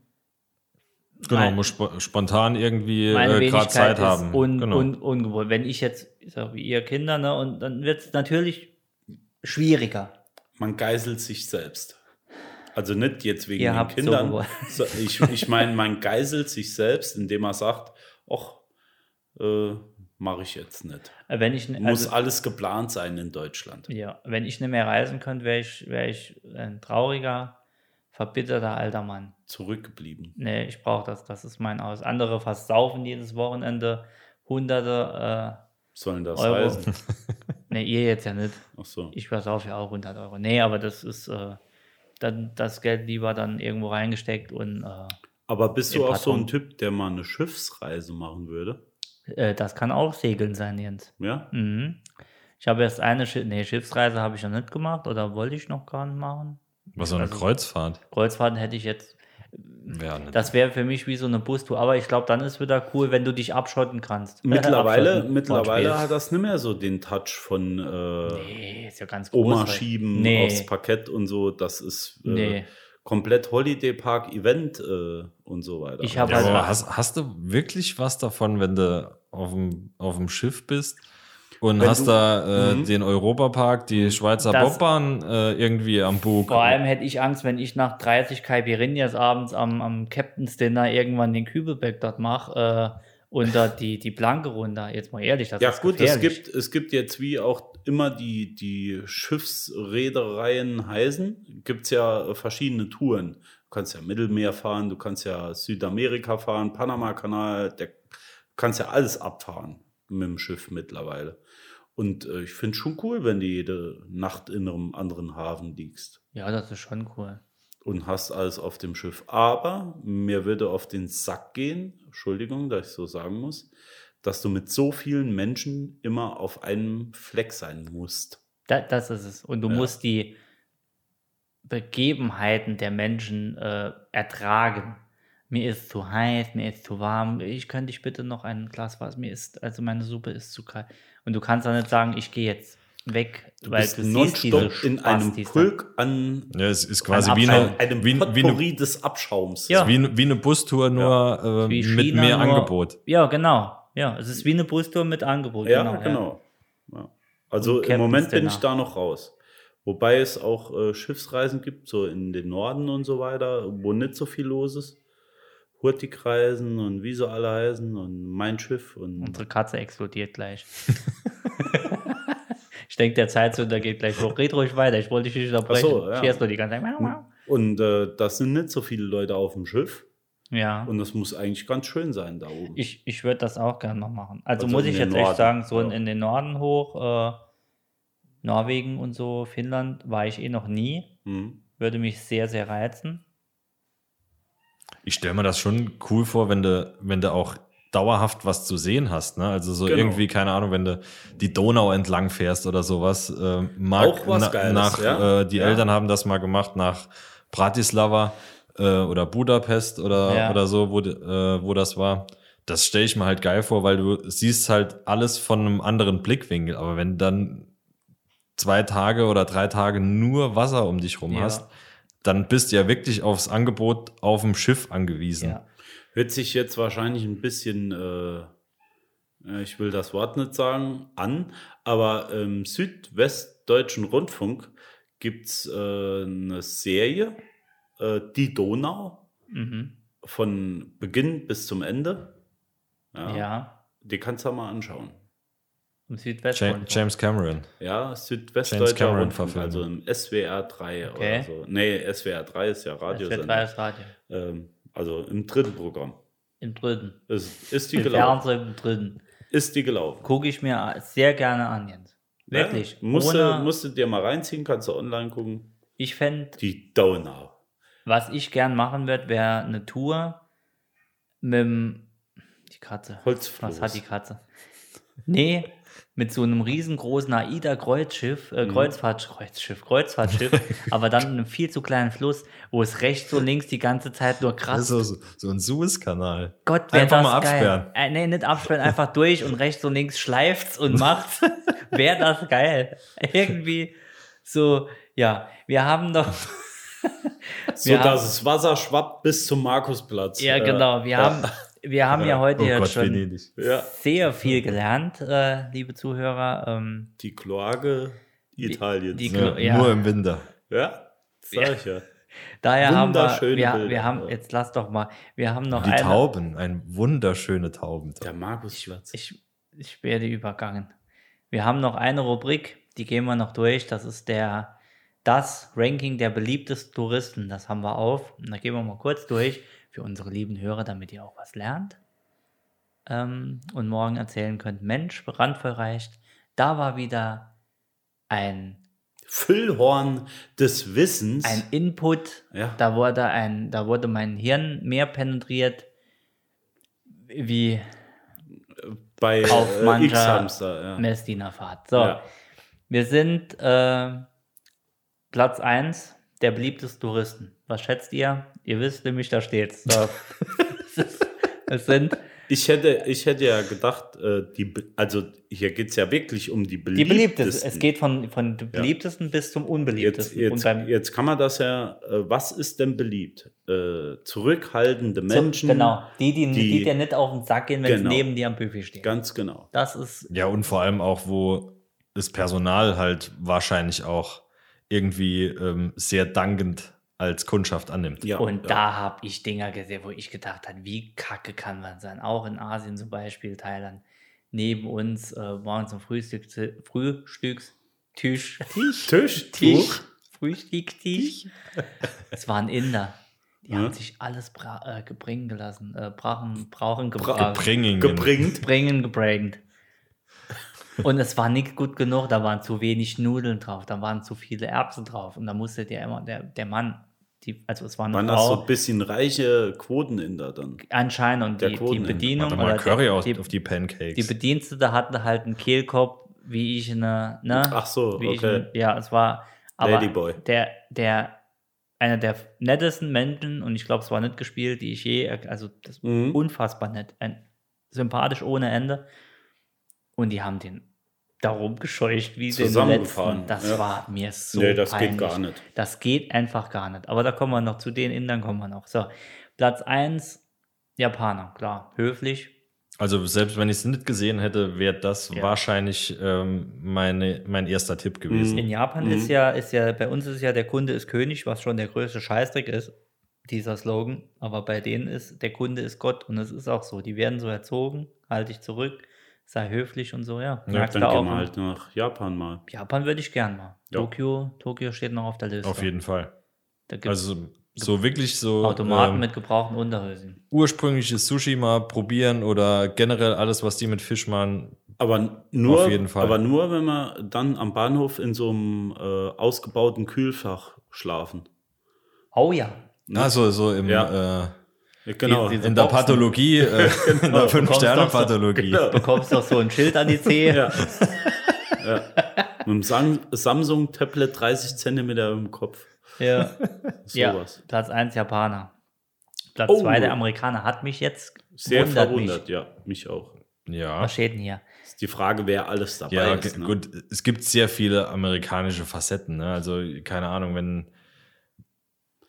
[SPEAKER 4] Genau,
[SPEAKER 5] Mein-
[SPEAKER 4] muss spo spontan irgendwie
[SPEAKER 5] Meine
[SPEAKER 4] äh, gerade
[SPEAKER 5] Wenigkeit
[SPEAKER 4] Zeit
[SPEAKER 5] ist
[SPEAKER 4] haben.
[SPEAKER 5] Un,
[SPEAKER 4] genau.
[SPEAKER 5] un, ungebunden. Wenn ich jetzt, ich sag, wie ihr Kinder, ne, und dann wird es natürlich schwieriger.
[SPEAKER 6] man geißelt sich selbst. Also nicht jetzt wegen
[SPEAKER 5] Ihr
[SPEAKER 6] den
[SPEAKER 5] habt so
[SPEAKER 6] Kindern.
[SPEAKER 5] gewollt.
[SPEAKER 6] So ich ich meine, man geißelt sich selbst, indem er sagt, ach, äh, mache ich jetzt nicht.
[SPEAKER 5] Äh, Wenn ich,
[SPEAKER 6] Muss alles geplant sein in Deutschland.
[SPEAKER 5] Ja, wenn ich nicht mehr reisen könnte, wäre ich, wär ich ein trauriger, verbitterter alter Mann.
[SPEAKER 6] Zurückgeblieben.
[SPEAKER 5] Nee, ich brauche das. Das ist mein Aus. Andere fast saufen jedes Wochenende. Hunderte.
[SPEAKER 6] Was soll denn das
[SPEAKER 5] Euro.
[SPEAKER 6] heißen?
[SPEAKER 5] Äh, nee, ihr jetzt ja nicht.
[SPEAKER 6] Ach so.
[SPEAKER 5] Ich versaufe ja auch 100 Euro. Nee, aber das ist äh, dann das Geld lieber dann irgendwo reingesteckt und äh,
[SPEAKER 6] Aber bist du
[SPEAKER 5] Im
[SPEAKER 6] auch so ein
[SPEAKER 5] Karton.
[SPEAKER 6] Typ, der mal eine Schiffsreise machen würde?
[SPEAKER 5] äh, das kann auch Segeln sein, Jens. <laughs>
[SPEAKER 6] Ja?
[SPEAKER 5] Mhm. Ich habe erst eine Schi nee, Schiffsreise habe ich noch nicht gemacht oder wollte ich noch gar nicht machen.
[SPEAKER 4] Was so eine
[SPEAKER 5] also-
[SPEAKER 4] Kreuzfahrt.
[SPEAKER 5] Kreuzfahrten hätte ich jetzt
[SPEAKER 4] Ja, ne.
[SPEAKER 5] Das wäre für mich wie so eine Bustour. Aber ich glaube, dann ist wieder cool, wenn du dich abschotten kannst.
[SPEAKER 6] <laughs> Mittlerweile,
[SPEAKER 5] Abschotten.
[SPEAKER 6] mittlerweile
[SPEAKER 5] Wortspiel.
[SPEAKER 6] hat das nicht mehr so den Touch von äh,
[SPEAKER 5] Nee, ist ja ganz groß.
[SPEAKER 6] Oma
[SPEAKER 5] halt.
[SPEAKER 6] schieben
[SPEAKER 5] nee.
[SPEAKER 6] aufs Parkett und so. Das ist äh,
[SPEAKER 5] Nee.
[SPEAKER 6] komplett Holiday Park Event äh, und so weiter.
[SPEAKER 5] Ich hab
[SPEAKER 4] ja,
[SPEAKER 5] also-
[SPEAKER 4] aber hast, hast du wirklich was davon, wenn du auf dem, auf dem Schiff bist und
[SPEAKER 6] Wenn
[SPEAKER 4] hast
[SPEAKER 6] du-
[SPEAKER 4] da äh,
[SPEAKER 6] Mhm.
[SPEAKER 4] den Europapark, die Schweizer
[SPEAKER 5] Mhm. Das-
[SPEAKER 4] Bobbahn äh, irgendwie am Bug?
[SPEAKER 5] Vor allem hätte ich Angst, wenn ich nach 30 Caipirinhas abends am, am Captain's Dinner irgendwann den Kübelback dort mache äh, und da die, die Planke runter. Jetzt mal ehrlich, das
[SPEAKER 6] ja
[SPEAKER 5] ist
[SPEAKER 6] gut, es
[SPEAKER 5] gefährlich.
[SPEAKER 6] gibt, es gibt jetzt wie auch immer die, die Schiffsreedereien heißen, gibt es ja äh, verschiedene Touren. Du kannst ja Mittelmeer fahren, du kannst ja Südamerika fahren, Panama-Kanal, der- du kannst ja alles abfahren mit dem Schiff mittlerweile. Und äh, ich finde es schon cool, wenn du jede Nacht in einem anderen Hafen liegst.
[SPEAKER 5] Ja, das ist schon cool.
[SPEAKER 6] und hast alles auf dem Schiff. Aber mir würde auf den Sack gehen, Entschuldigung, dass ich so sagen muss, dass du mit so vielen Menschen immer auf einem Fleck sein musst.
[SPEAKER 5] Da, das ist es. Und du
[SPEAKER 6] Ja.
[SPEAKER 5] musst die Begebenheiten der Menschen äh, ertragen. mir ist zu heiß, mir ist zu warm, ich könnte dich bitte noch ein Glas Wasser, mir ist, also meine Suppe ist zu kalt. Und du kannst dann nicht sagen, ich gehe jetzt weg,
[SPEAKER 6] Du
[SPEAKER 5] weil
[SPEAKER 6] bist
[SPEAKER 5] du siehst diese
[SPEAKER 6] nonstop in einem
[SPEAKER 5] Spastis da.
[SPEAKER 6] Pulk an
[SPEAKER 4] Ja, es ist quasi
[SPEAKER 5] Ein
[SPEAKER 4] wie
[SPEAKER 5] Abschaum.
[SPEAKER 4] eine,
[SPEAKER 6] einem
[SPEAKER 4] wie, wie, eine,
[SPEAKER 6] Potpourri des Abschaums.
[SPEAKER 5] Ja.
[SPEAKER 4] wie, eine, wie eine Bustour, nur äh,
[SPEAKER 5] Wie
[SPEAKER 4] mit
[SPEAKER 5] China,
[SPEAKER 4] mehr
[SPEAKER 5] nur-
[SPEAKER 4] Angebot.
[SPEAKER 5] Ja, genau. Ja, es ist wie eine Brusttour mit Angebot.
[SPEAKER 6] Ja,
[SPEAKER 5] genau.
[SPEAKER 6] genau.
[SPEAKER 5] Ja.
[SPEAKER 6] Ja.
[SPEAKER 5] Und
[SPEAKER 6] Also im
[SPEAKER 5] Captain's
[SPEAKER 6] Moment bin
[SPEAKER 5] Dinner.
[SPEAKER 6] ich da noch raus. Wobei es auch äh, Schiffsreisen gibt, so in den Norden und so weiter, wo nicht so viel los ist. Hurtikreisen und wie sie alle heißen und mein Schiff und
[SPEAKER 5] Unsere Katze explodiert gleich. <laughs> ich denke, der Zeitsünder geht gleich hoch. Red ruhig weiter, ich wollte dich nicht unterbrechen.
[SPEAKER 6] Ach so, ja.
[SPEAKER 5] Ich erst nur die ganze Zeit.
[SPEAKER 6] Hm. und äh, das sind nicht so viele Leute auf dem Schiff
[SPEAKER 5] Ja.
[SPEAKER 6] und das muss eigentlich ganz schön sein da oben.
[SPEAKER 5] Ich, ich würde das auch gerne noch machen. Also,
[SPEAKER 6] Also
[SPEAKER 5] muss
[SPEAKER 6] in
[SPEAKER 5] ich
[SPEAKER 6] den
[SPEAKER 5] jetzt
[SPEAKER 6] Norden,
[SPEAKER 5] echt sagen, so in,
[SPEAKER 6] ja.
[SPEAKER 5] in den Norden hoch, äh, Norwegen und so, Finnland war ich eh noch nie.
[SPEAKER 6] Hm.
[SPEAKER 5] Würde mich sehr, sehr reizen.
[SPEAKER 4] Ich stelle mir das schon cool vor, wenn du, wenn du auch dauerhaft was zu sehen hast. Ne? Also so
[SPEAKER 6] Genau.
[SPEAKER 4] irgendwie, keine Ahnung, wenn du die Donau entlang fährst oder sowas. ähm, mag,
[SPEAKER 6] Auch was Geiles,
[SPEAKER 4] nach,
[SPEAKER 6] ja.
[SPEAKER 4] äh, Die
[SPEAKER 6] Ja.
[SPEAKER 4] Eltern haben das mal gemacht nach Bratislava äh, oder Budapest oder,
[SPEAKER 5] Ja.
[SPEAKER 4] oder so, wo, d- äh, wo das war. Das stelle ich mir halt geil vor, weil du siehst halt alles von einem anderen Blickwinkel. Aber wenn du dann zwei Tage oder drei Tage nur Wasser um dich rum
[SPEAKER 5] Ja.
[SPEAKER 4] hast, dann bist du ja wirklich aufs Angebot auf dem Schiff angewiesen.
[SPEAKER 5] Ja.
[SPEAKER 6] Hört sich jetzt wahrscheinlich ein bisschen, äh, äh, ich will das Wort nicht sagen, an, aber im Südwestdeutschen Rundfunk gibt es äh, eine Serie, äh, Die Donau,
[SPEAKER 5] Mhm.
[SPEAKER 6] von Beginn bis zum Ende.
[SPEAKER 5] Ja.
[SPEAKER 6] Die kannst du mal anschauen.
[SPEAKER 5] Im Südwesten.
[SPEAKER 4] Ja- James Cameron.
[SPEAKER 6] Ja,
[SPEAKER 4] James
[SPEAKER 6] Südwestdeutscher
[SPEAKER 4] Cameron
[SPEAKER 6] Rundfunk,
[SPEAKER 4] verfilmt.
[SPEAKER 6] also im SWR 3
[SPEAKER 5] Okay.
[SPEAKER 6] oder so. Nee, SWR 3 ist ja
[SPEAKER 5] Das
[SPEAKER 6] Radio.
[SPEAKER 5] wird das Radio.
[SPEAKER 6] Ähm, also im dritten Programm.
[SPEAKER 5] Im dritten.
[SPEAKER 6] Ist, ist die
[SPEAKER 5] Im
[SPEAKER 6] gelaufen?
[SPEAKER 5] Fernsehen im dritten.
[SPEAKER 6] Ist die gelaufen?
[SPEAKER 5] Gucke ich mir sehr gerne an, Jens. Wirklich.
[SPEAKER 6] Ja, musst,
[SPEAKER 5] Ohne-
[SPEAKER 6] du, musst du Ne? dir mal reinziehen, kannst du online gucken.
[SPEAKER 5] ich fände,
[SPEAKER 6] Die Donau.
[SPEAKER 5] was ich gern machen würde, wäre eine Tour mit dem. Die Katze. Was
[SPEAKER 6] Holzfloß.
[SPEAKER 5] hat die Katze? Nee, mit so einem riesengroßen AIDA-Kreuzschiff,
[SPEAKER 4] Mhm.
[SPEAKER 5] äh, Kreuzfahrt, Kreuzschiff,
[SPEAKER 4] <laughs>
[SPEAKER 5] Kreuzfahrtschiff, aber dann in einem viel zu kleinen Fluss, wo es rechts und links die ganze Zeit nur krass
[SPEAKER 4] So, so, so ein Suezkanal.
[SPEAKER 5] Gott, wär
[SPEAKER 4] Also Einfach
[SPEAKER 5] das
[SPEAKER 4] mal
[SPEAKER 5] geil.
[SPEAKER 4] absperren.
[SPEAKER 5] Äh, nee, nicht absperren, einfach durch und rechts und links
[SPEAKER 4] <laughs>
[SPEAKER 5] schleift's und macht's. <laughs> Wäre das geil. Irgendwie so, ja, wir haben
[SPEAKER 4] <laughs>
[SPEAKER 5] doch,
[SPEAKER 6] So
[SPEAKER 5] Wir
[SPEAKER 6] dass
[SPEAKER 5] haben-
[SPEAKER 6] es Wasser schwappt bis zum Markusplatz.
[SPEAKER 5] ja
[SPEAKER 6] Äh,
[SPEAKER 5] genau, wir haben, wir haben ja
[SPEAKER 4] Oh
[SPEAKER 5] heute jetzt schon
[SPEAKER 4] Venedig.
[SPEAKER 6] Äh, Ja,
[SPEAKER 5] sehr viel gelernt, äh, liebe Zuhörer. Ähm,
[SPEAKER 6] die Kloake Italiens.
[SPEAKER 5] die-
[SPEAKER 4] Ja,
[SPEAKER 5] Ja.
[SPEAKER 4] Nur im Winter.
[SPEAKER 6] ja, sag ich ja.
[SPEAKER 5] daher haben wir,
[SPEAKER 6] Wunderschöne
[SPEAKER 5] wir,
[SPEAKER 6] Bilder.
[SPEAKER 5] wir haben, jetzt lass doch mal, wir haben noch
[SPEAKER 4] Die
[SPEAKER 5] eine-
[SPEAKER 4] Tauben, ein wunderschöne Tauben.
[SPEAKER 6] Der Markusplatz.
[SPEAKER 5] Ich, ich werde übergangen. Wir haben noch eine Rubrik, die gehen wir noch durch. Das ist der das Ranking der beliebtesten Touristen. Das haben wir auf. Und da gehen wir mal kurz durch für unsere lieben Hörer, damit ihr auch was lernt. Ähm, und morgen erzählen könnt, Mensch, randvoll reicht. Da war wieder ein,
[SPEAKER 6] Füllhorn des Wissens.
[SPEAKER 5] ein Input.
[SPEAKER 6] Ja.
[SPEAKER 5] Da wurde ein, da wurde mein Hirn mehr penetriert wie
[SPEAKER 6] bei
[SPEAKER 5] auf mancher
[SPEAKER 6] äh, X-Hamster. Ja.
[SPEAKER 5] Messdienerfahrt. ne, So.
[SPEAKER 6] Ja.
[SPEAKER 5] Wir sind äh, Platz 1 der beliebtesten Touristen. Was schätzt ihr? Ihr wisst nämlich, da steht's.
[SPEAKER 6] <laughs>
[SPEAKER 5] So. es, ist, es sind
[SPEAKER 6] Ich, hätte, ich hätte ja gedacht, äh, die, be- also hier geht es ja wirklich um die
[SPEAKER 5] die
[SPEAKER 6] beliebtesten.
[SPEAKER 5] beliebtesten. Es geht von, von den beliebtesten bis zum
[SPEAKER 6] Jetzt,
[SPEAKER 5] unbeliebtesten.
[SPEAKER 6] jetzt,
[SPEAKER 5] beim-
[SPEAKER 6] jetzt kann man das ja, äh, was ist denn beliebt? Äh, zurückhaltende
[SPEAKER 5] so,
[SPEAKER 6] Menschen.
[SPEAKER 5] genau. Die, die, die,
[SPEAKER 6] die-
[SPEAKER 5] dir nicht auf den Sack gehen, wenn sie
[SPEAKER 6] Genau.
[SPEAKER 5] neben dir am Buffet stehen.
[SPEAKER 6] Ganz genau.
[SPEAKER 5] das ist
[SPEAKER 4] Ja, und vor allem auch, wo das Personal halt wahrscheinlich auch irgendwie ähm, sehr dankend als Kundschaft annimmt.
[SPEAKER 6] Ja,
[SPEAKER 5] Und
[SPEAKER 6] ja.
[SPEAKER 5] da habe ich Dinger gesehen, wo ich gedacht habe, wie kacke kann man sein? Auch in Asien zum Beispiel, Thailand, neben uns äh, morgens zum Frühstück, Frühstückstisch.
[SPEAKER 6] Tisch,
[SPEAKER 5] Tisch.
[SPEAKER 6] Tuch. <laughs>
[SPEAKER 5] Frühstückstisch. Es waren Inder. Die
[SPEAKER 6] Ja.
[SPEAKER 5] haben sich alles bra äh, gebringen gelassen. Äh, brauchen, brauchen, gebracht.
[SPEAKER 4] Gebringingen.
[SPEAKER 6] gebringt.
[SPEAKER 5] Bringen gebrannt. Und es war nicht gut genug, da waren zu wenig Nudeln drauf, da waren zu viele Erbsen drauf. Und da musste der immer, der, der Mann, die, also es war eine
[SPEAKER 6] Waren das
[SPEAKER 5] Frau,
[SPEAKER 6] so ein bisschen reiche Quoten in da dann?
[SPEAKER 5] anscheinend und
[SPEAKER 6] Der
[SPEAKER 5] die, die
[SPEAKER 6] Quoten-
[SPEAKER 5] Bedienung
[SPEAKER 4] Warte mal,
[SPEAKER 5] oder
[SPEAKER 4] Curry
[SPEAKER 5] die,
[SPEAKER 4] auf,
[SPEAKER 5] die,
[SPEAKER 4] auf die Pancakes.
[SPEAKER 5] die Bedienstete hatten halt einen Kehlkopf, wie ich eine, ne?
[SPEAKER 6] Ach so,
[SPEAKER 5] wie ich
[SPEAKER 6] okay.
[SPEAKER 5] eine, ja, es war aber
[SPEAKER 6] Ladyboy.
[SPEAKER 5] der der einer der nettesten Menschen und ich glaube, es war nicht gespielt, die ich je, also das
[SPEAKER 6] Mhm.
[SPEAKER 5] unfassbar nett, ein, sympathisch ohne Ende. Und die haben den darum gescheucht, wie den
[SPEAKER 6] Zusammengefahren,
[SPEAKER 5] letzten. Das
[SPEAKER 6] ja.
[SPEAKER 5] war mir so
[SPEAKER 6] nee, das
[SPEAKER 5] peinlich.
[SPEAKER 6] geht gar nicht.
[SPEAKER 5] Das geht einfach gar nicht. Aber da kommen wir noch zu den Indern, kommen wir noch. So, Platz 1, Japaner, klar, höflich.
[SPEAKER 4] Also selbst wenn ich es nicht gesehen hätte, wäre das
[SPEAKER 5] Ja.
[SPEAKER 4] wahrscheinlich ähm, meine, mein erster Tipp gewesen.
[SPEAKER 5] In Japan ist ja, ist ja, bei uns ist ja der Kunde ist König, was schon der größte Scheißdreck ist, dieser Slogan. Aber bei denen ist der Kunde ist Gott und es ist auch so. Die werden so erzogen, halte dich zurück, sei höflich und so, ja.
[SPEAKER 6] Ja,
[SPEAKER 5] Merkst
[SPEAKER 6] dann
[SPEAKER 5] du
[SPEAKER 6] gehen wir
[SPEAKER 5] ne?
[SPEAKER 6] halt nach Japan mal.
[SPEAKER 5] Japan würde ich gern mal.
[SPEAKER 6] Ja.
[SPEAKER 5] Tokio, Tokio steht noch auf der Liste.
[SPEAKER 4] Auf jeden Fall.
[SPEAKER 5] Da gibt es
[SPEAKER 4] Also so wirklich so
[SPEAKER 5] Automaten
[SPEAKER 4] ähm,
[SPEAKER 5] mit gebrauchten Unterhösen.
[SPEAKER 4] ursprüngliches Sushi mal probieren oder generell alles, was die mit Fisch machen.
[SPEAKER 6] Aber nur,
[SPEAKER 4] Auf jeden Fall.
[SPEAKER 6] aber nur, wenn wir dann am Bahnhof in so einem äh, ausgebauten Kühlfach schlafen.
[SPEAKER 5] Oh ja.
[SPEAKER 4] Also so im
[SPEAKER 6] Ja.
[SPEAKER 4] äh,
[SPEAKER 6] Ja, genau.
[SPEAKER 5] Die- diese-
[SPEAKER 4] in der
[SPEAKER 5] Boxen. Genau,
[SPEAKER 4] Pathologie,
[SPEAKER 5] <laughs>
[SPEAKER 4] äh, in <laughs> der
[SPEAKER 5] Du <laughs>
[SPEAKER 4] Fünf-Sterne-Pathologie.
[SPEAKER 5] bekommst doch so- bekommst doch so ein Schild an die Zehe.
[SPEAKER 6] ja. ja. Mit dem Sam Samsung Tablet 30 Zentimeter im Kopf.
[SPEAKER 5] Ja.
[SPEAKER 6] <laughs> Sowas.
[SPEAKER 5] Ja, Platz 1 Japaner. Platz
[SPEAKER 6] Oh.
[SPEAKER 5] 2 der Amerikaner hat mich jetzt
[SPEAKER 6] Sehr
[SPEAKER 5] wundert
[SPEAKER 6] verwundert,
[SPEAKER 5] Mich.
[SPEAKER 6] ja, mich auch.
[SPEAKER 4] Ja.
[SPEAKER 5] Was steht denn hier?
[SPEAKER 6] Ist die Frage, wer alles dabei
[SPEAKER 4] Ja,
[SPEAKER 6] ist.
[SPEAKER 4] ge-
[SPEAKER 6] Ne?
[SPEAKER 4] gut, es gibt sehr viele amerikanische Facetten. Ne? Also, keine Ahnung, wenn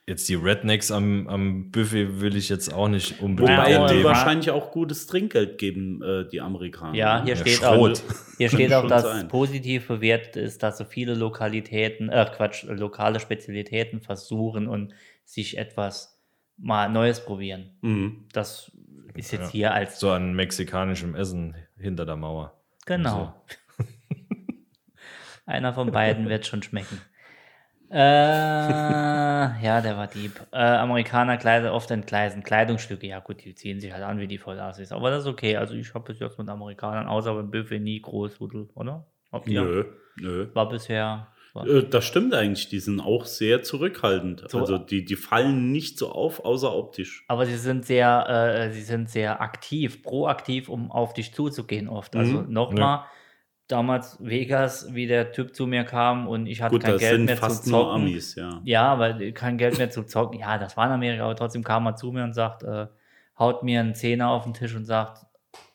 [SPEAKER 4] jetzt die Rednecks am, am Buffet will ich jetzt auch nicht unbedingt
[SPEAKER 6] Wobei
[SPEAKER 5] Ja,
[SPEAKER 6] die
[SPEAKER 5] aber-
[SPEAKER 4] erleben.
[SPEAKER 6] wahrscheinlich auch gutes Trinkgeld geben, äh, die Amerikaner.
[SPEAKER 5] Ja, hier
[SPEAKER 4] Ja,
[SPEAKER 5] steht
[SPEAKER 4] Schrot.
[SPEAKER 5] auch, hier steht auch,
[SPEAKER 6] schon
[SPEAKER 5] dass
[SPEAKER 6] sein.
[SPEAKER 5] positiv bewertet ist, dass so viele Lokalitäten, äh Quatsch, lokale Spezialitäten versuchen und sich etwas mal Neues probieren.
[SPEAKER 6] Mhm.
[SPEAKER 5] Das ist jetzt
[SPEAKER 4] Ja.
[SPEAKER 5] hier als
[SPEAKER 4] So an mexikanischem Essen hinter der Mauer.
[SPEAKER 6] Also.
[SPEAKER 5] Genau. <laughs> Einer von beiden wird schon schmecken.
[SPEAKER 6] <laughs>
[SPEAKER 5] Äh, ja, der war Dieb. Äh, Amerikaner Kleider oft entgleisen. Kleidungsstücke, ja gut, die ziehen sich halt an wie die Vollassis. Aber das ist okay. Also ich habe bis jetzt mit Amerikanern, außer beim Buffet, nie groß, Rudel, oder? Habt ihr?
[SPEAKER 6] Nö, nö.
[SPEAKER 5] War bisher. War,
[SPEAKER 6] Äh, Das stimmt eigentlich, die sind auch sehr zurückhaltend.
[SPEAKER 5] So-
[SPEAKER 6] also die, die fallen nicht so auf, außer optisch.
[SPEAKER 5] Aber sie sind sehr, äh, sie sind sehr aktiv, proaktiv, um auf dich zuzugehen oft. Also
[SPEAKER 6] Mhm.
[SPEAKER 5] nochmal, damals Vegas, wie der Typ zu mir kam und ich hatte
[SPEAKER 6] Gut,
[SPEAKER 5] kein
[SPEAKER 6] das
[SPEAKER 5] Geld
[SPEAKER 6] sind
[SPEAKER 5] mehr
[SPEAKER 6] fast
[SPEAKER 5] zu
[SPEAKER 6] nur
[SPEAKER 5] zocken.
[SPEAKER 6] Amis, ja.
[SPEAKER 5] Ja, weil kein Geld mehr zum Zocken. Ja, das war in Amerika, aber trotzdem kam er zu mir und sagt, äh, haut mir einen Zehner auf den Tisch und sagt,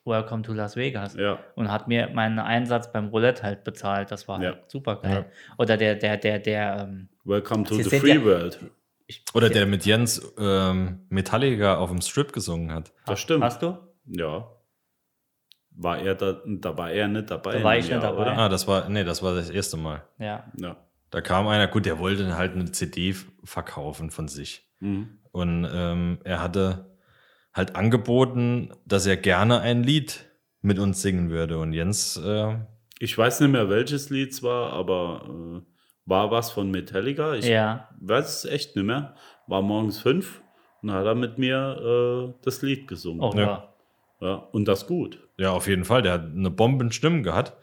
[SPEAKER 5] Welcome to Las Vegas.
[SPEAKER 6] Ja,
[SPEAKER 5] Und hat mir meinen Einsatz beim Roulette halt bezahlt. Das war
[SPEAKER 6] Ja.
[SPEAKER 5] halt super geil. Oder der, der, der, der, ähm,
[SPEAKER 6] welcome to
[SPEAKER 5] Sie
[SPEAKER 6] the
[SPEAKER 5] sind
[SPEAKER 6] free
[SPEAKER 5] ja-
[SPEAKER 6] world.
[SPEAKER 5] ich,
[SPEAKER 4] Oder der mit Jens ähm, Metallica auf dem Strip gesungen hat.
[SPEAKER 6] Das stimmt.
[SPEAKER 5] Hast du?
[SPEAKER 6] Ja. War er da, da war er nicht dabei.
[SPEAKER 5] Da war
[SPEAKER 6] in
[SPEAKER 5] ich
[SPEAKER 6] dem
[SPEAKER 5] nicht
[SPEAKER 6] Jahr,
[SPEAKER 5] dabei.
[SPEAKER 4] Ah, das war, nee, das war das erste Mal.
[SPEAKER 5] Ja.
[SPEAKER 6] Ja.
[SPEAKER 4] Da kam einer, gut, der wollte halt eine CD verkaufen von sich.
[SPEAKER 6] Mhm.
[SPEAKER 4] Und ähm, er hatte halt angeboten, dass er gerne ein Lied mit uns singen würde. Und Jens, äh,
[SPEAKER 6] Ich weiß nicht mehr, welches Lied es war, aber äh, war was von Metallica. Ich
[SPEAKER 5] ja.
[SPEAKER 6] weiß es echt nicht mehr. War morgens fünf und hat er mit mir äh, das Lied gesungen.
[SPEAKER 5] Oh,
[SPEAKER 4] Ja.
[SPEAKER 5] ja.
[SPEAKER 6] Ja, und das gut.
[SPEAKER 4] ja, auf jeden Fall, der hat eine Bombenstimme gehabt.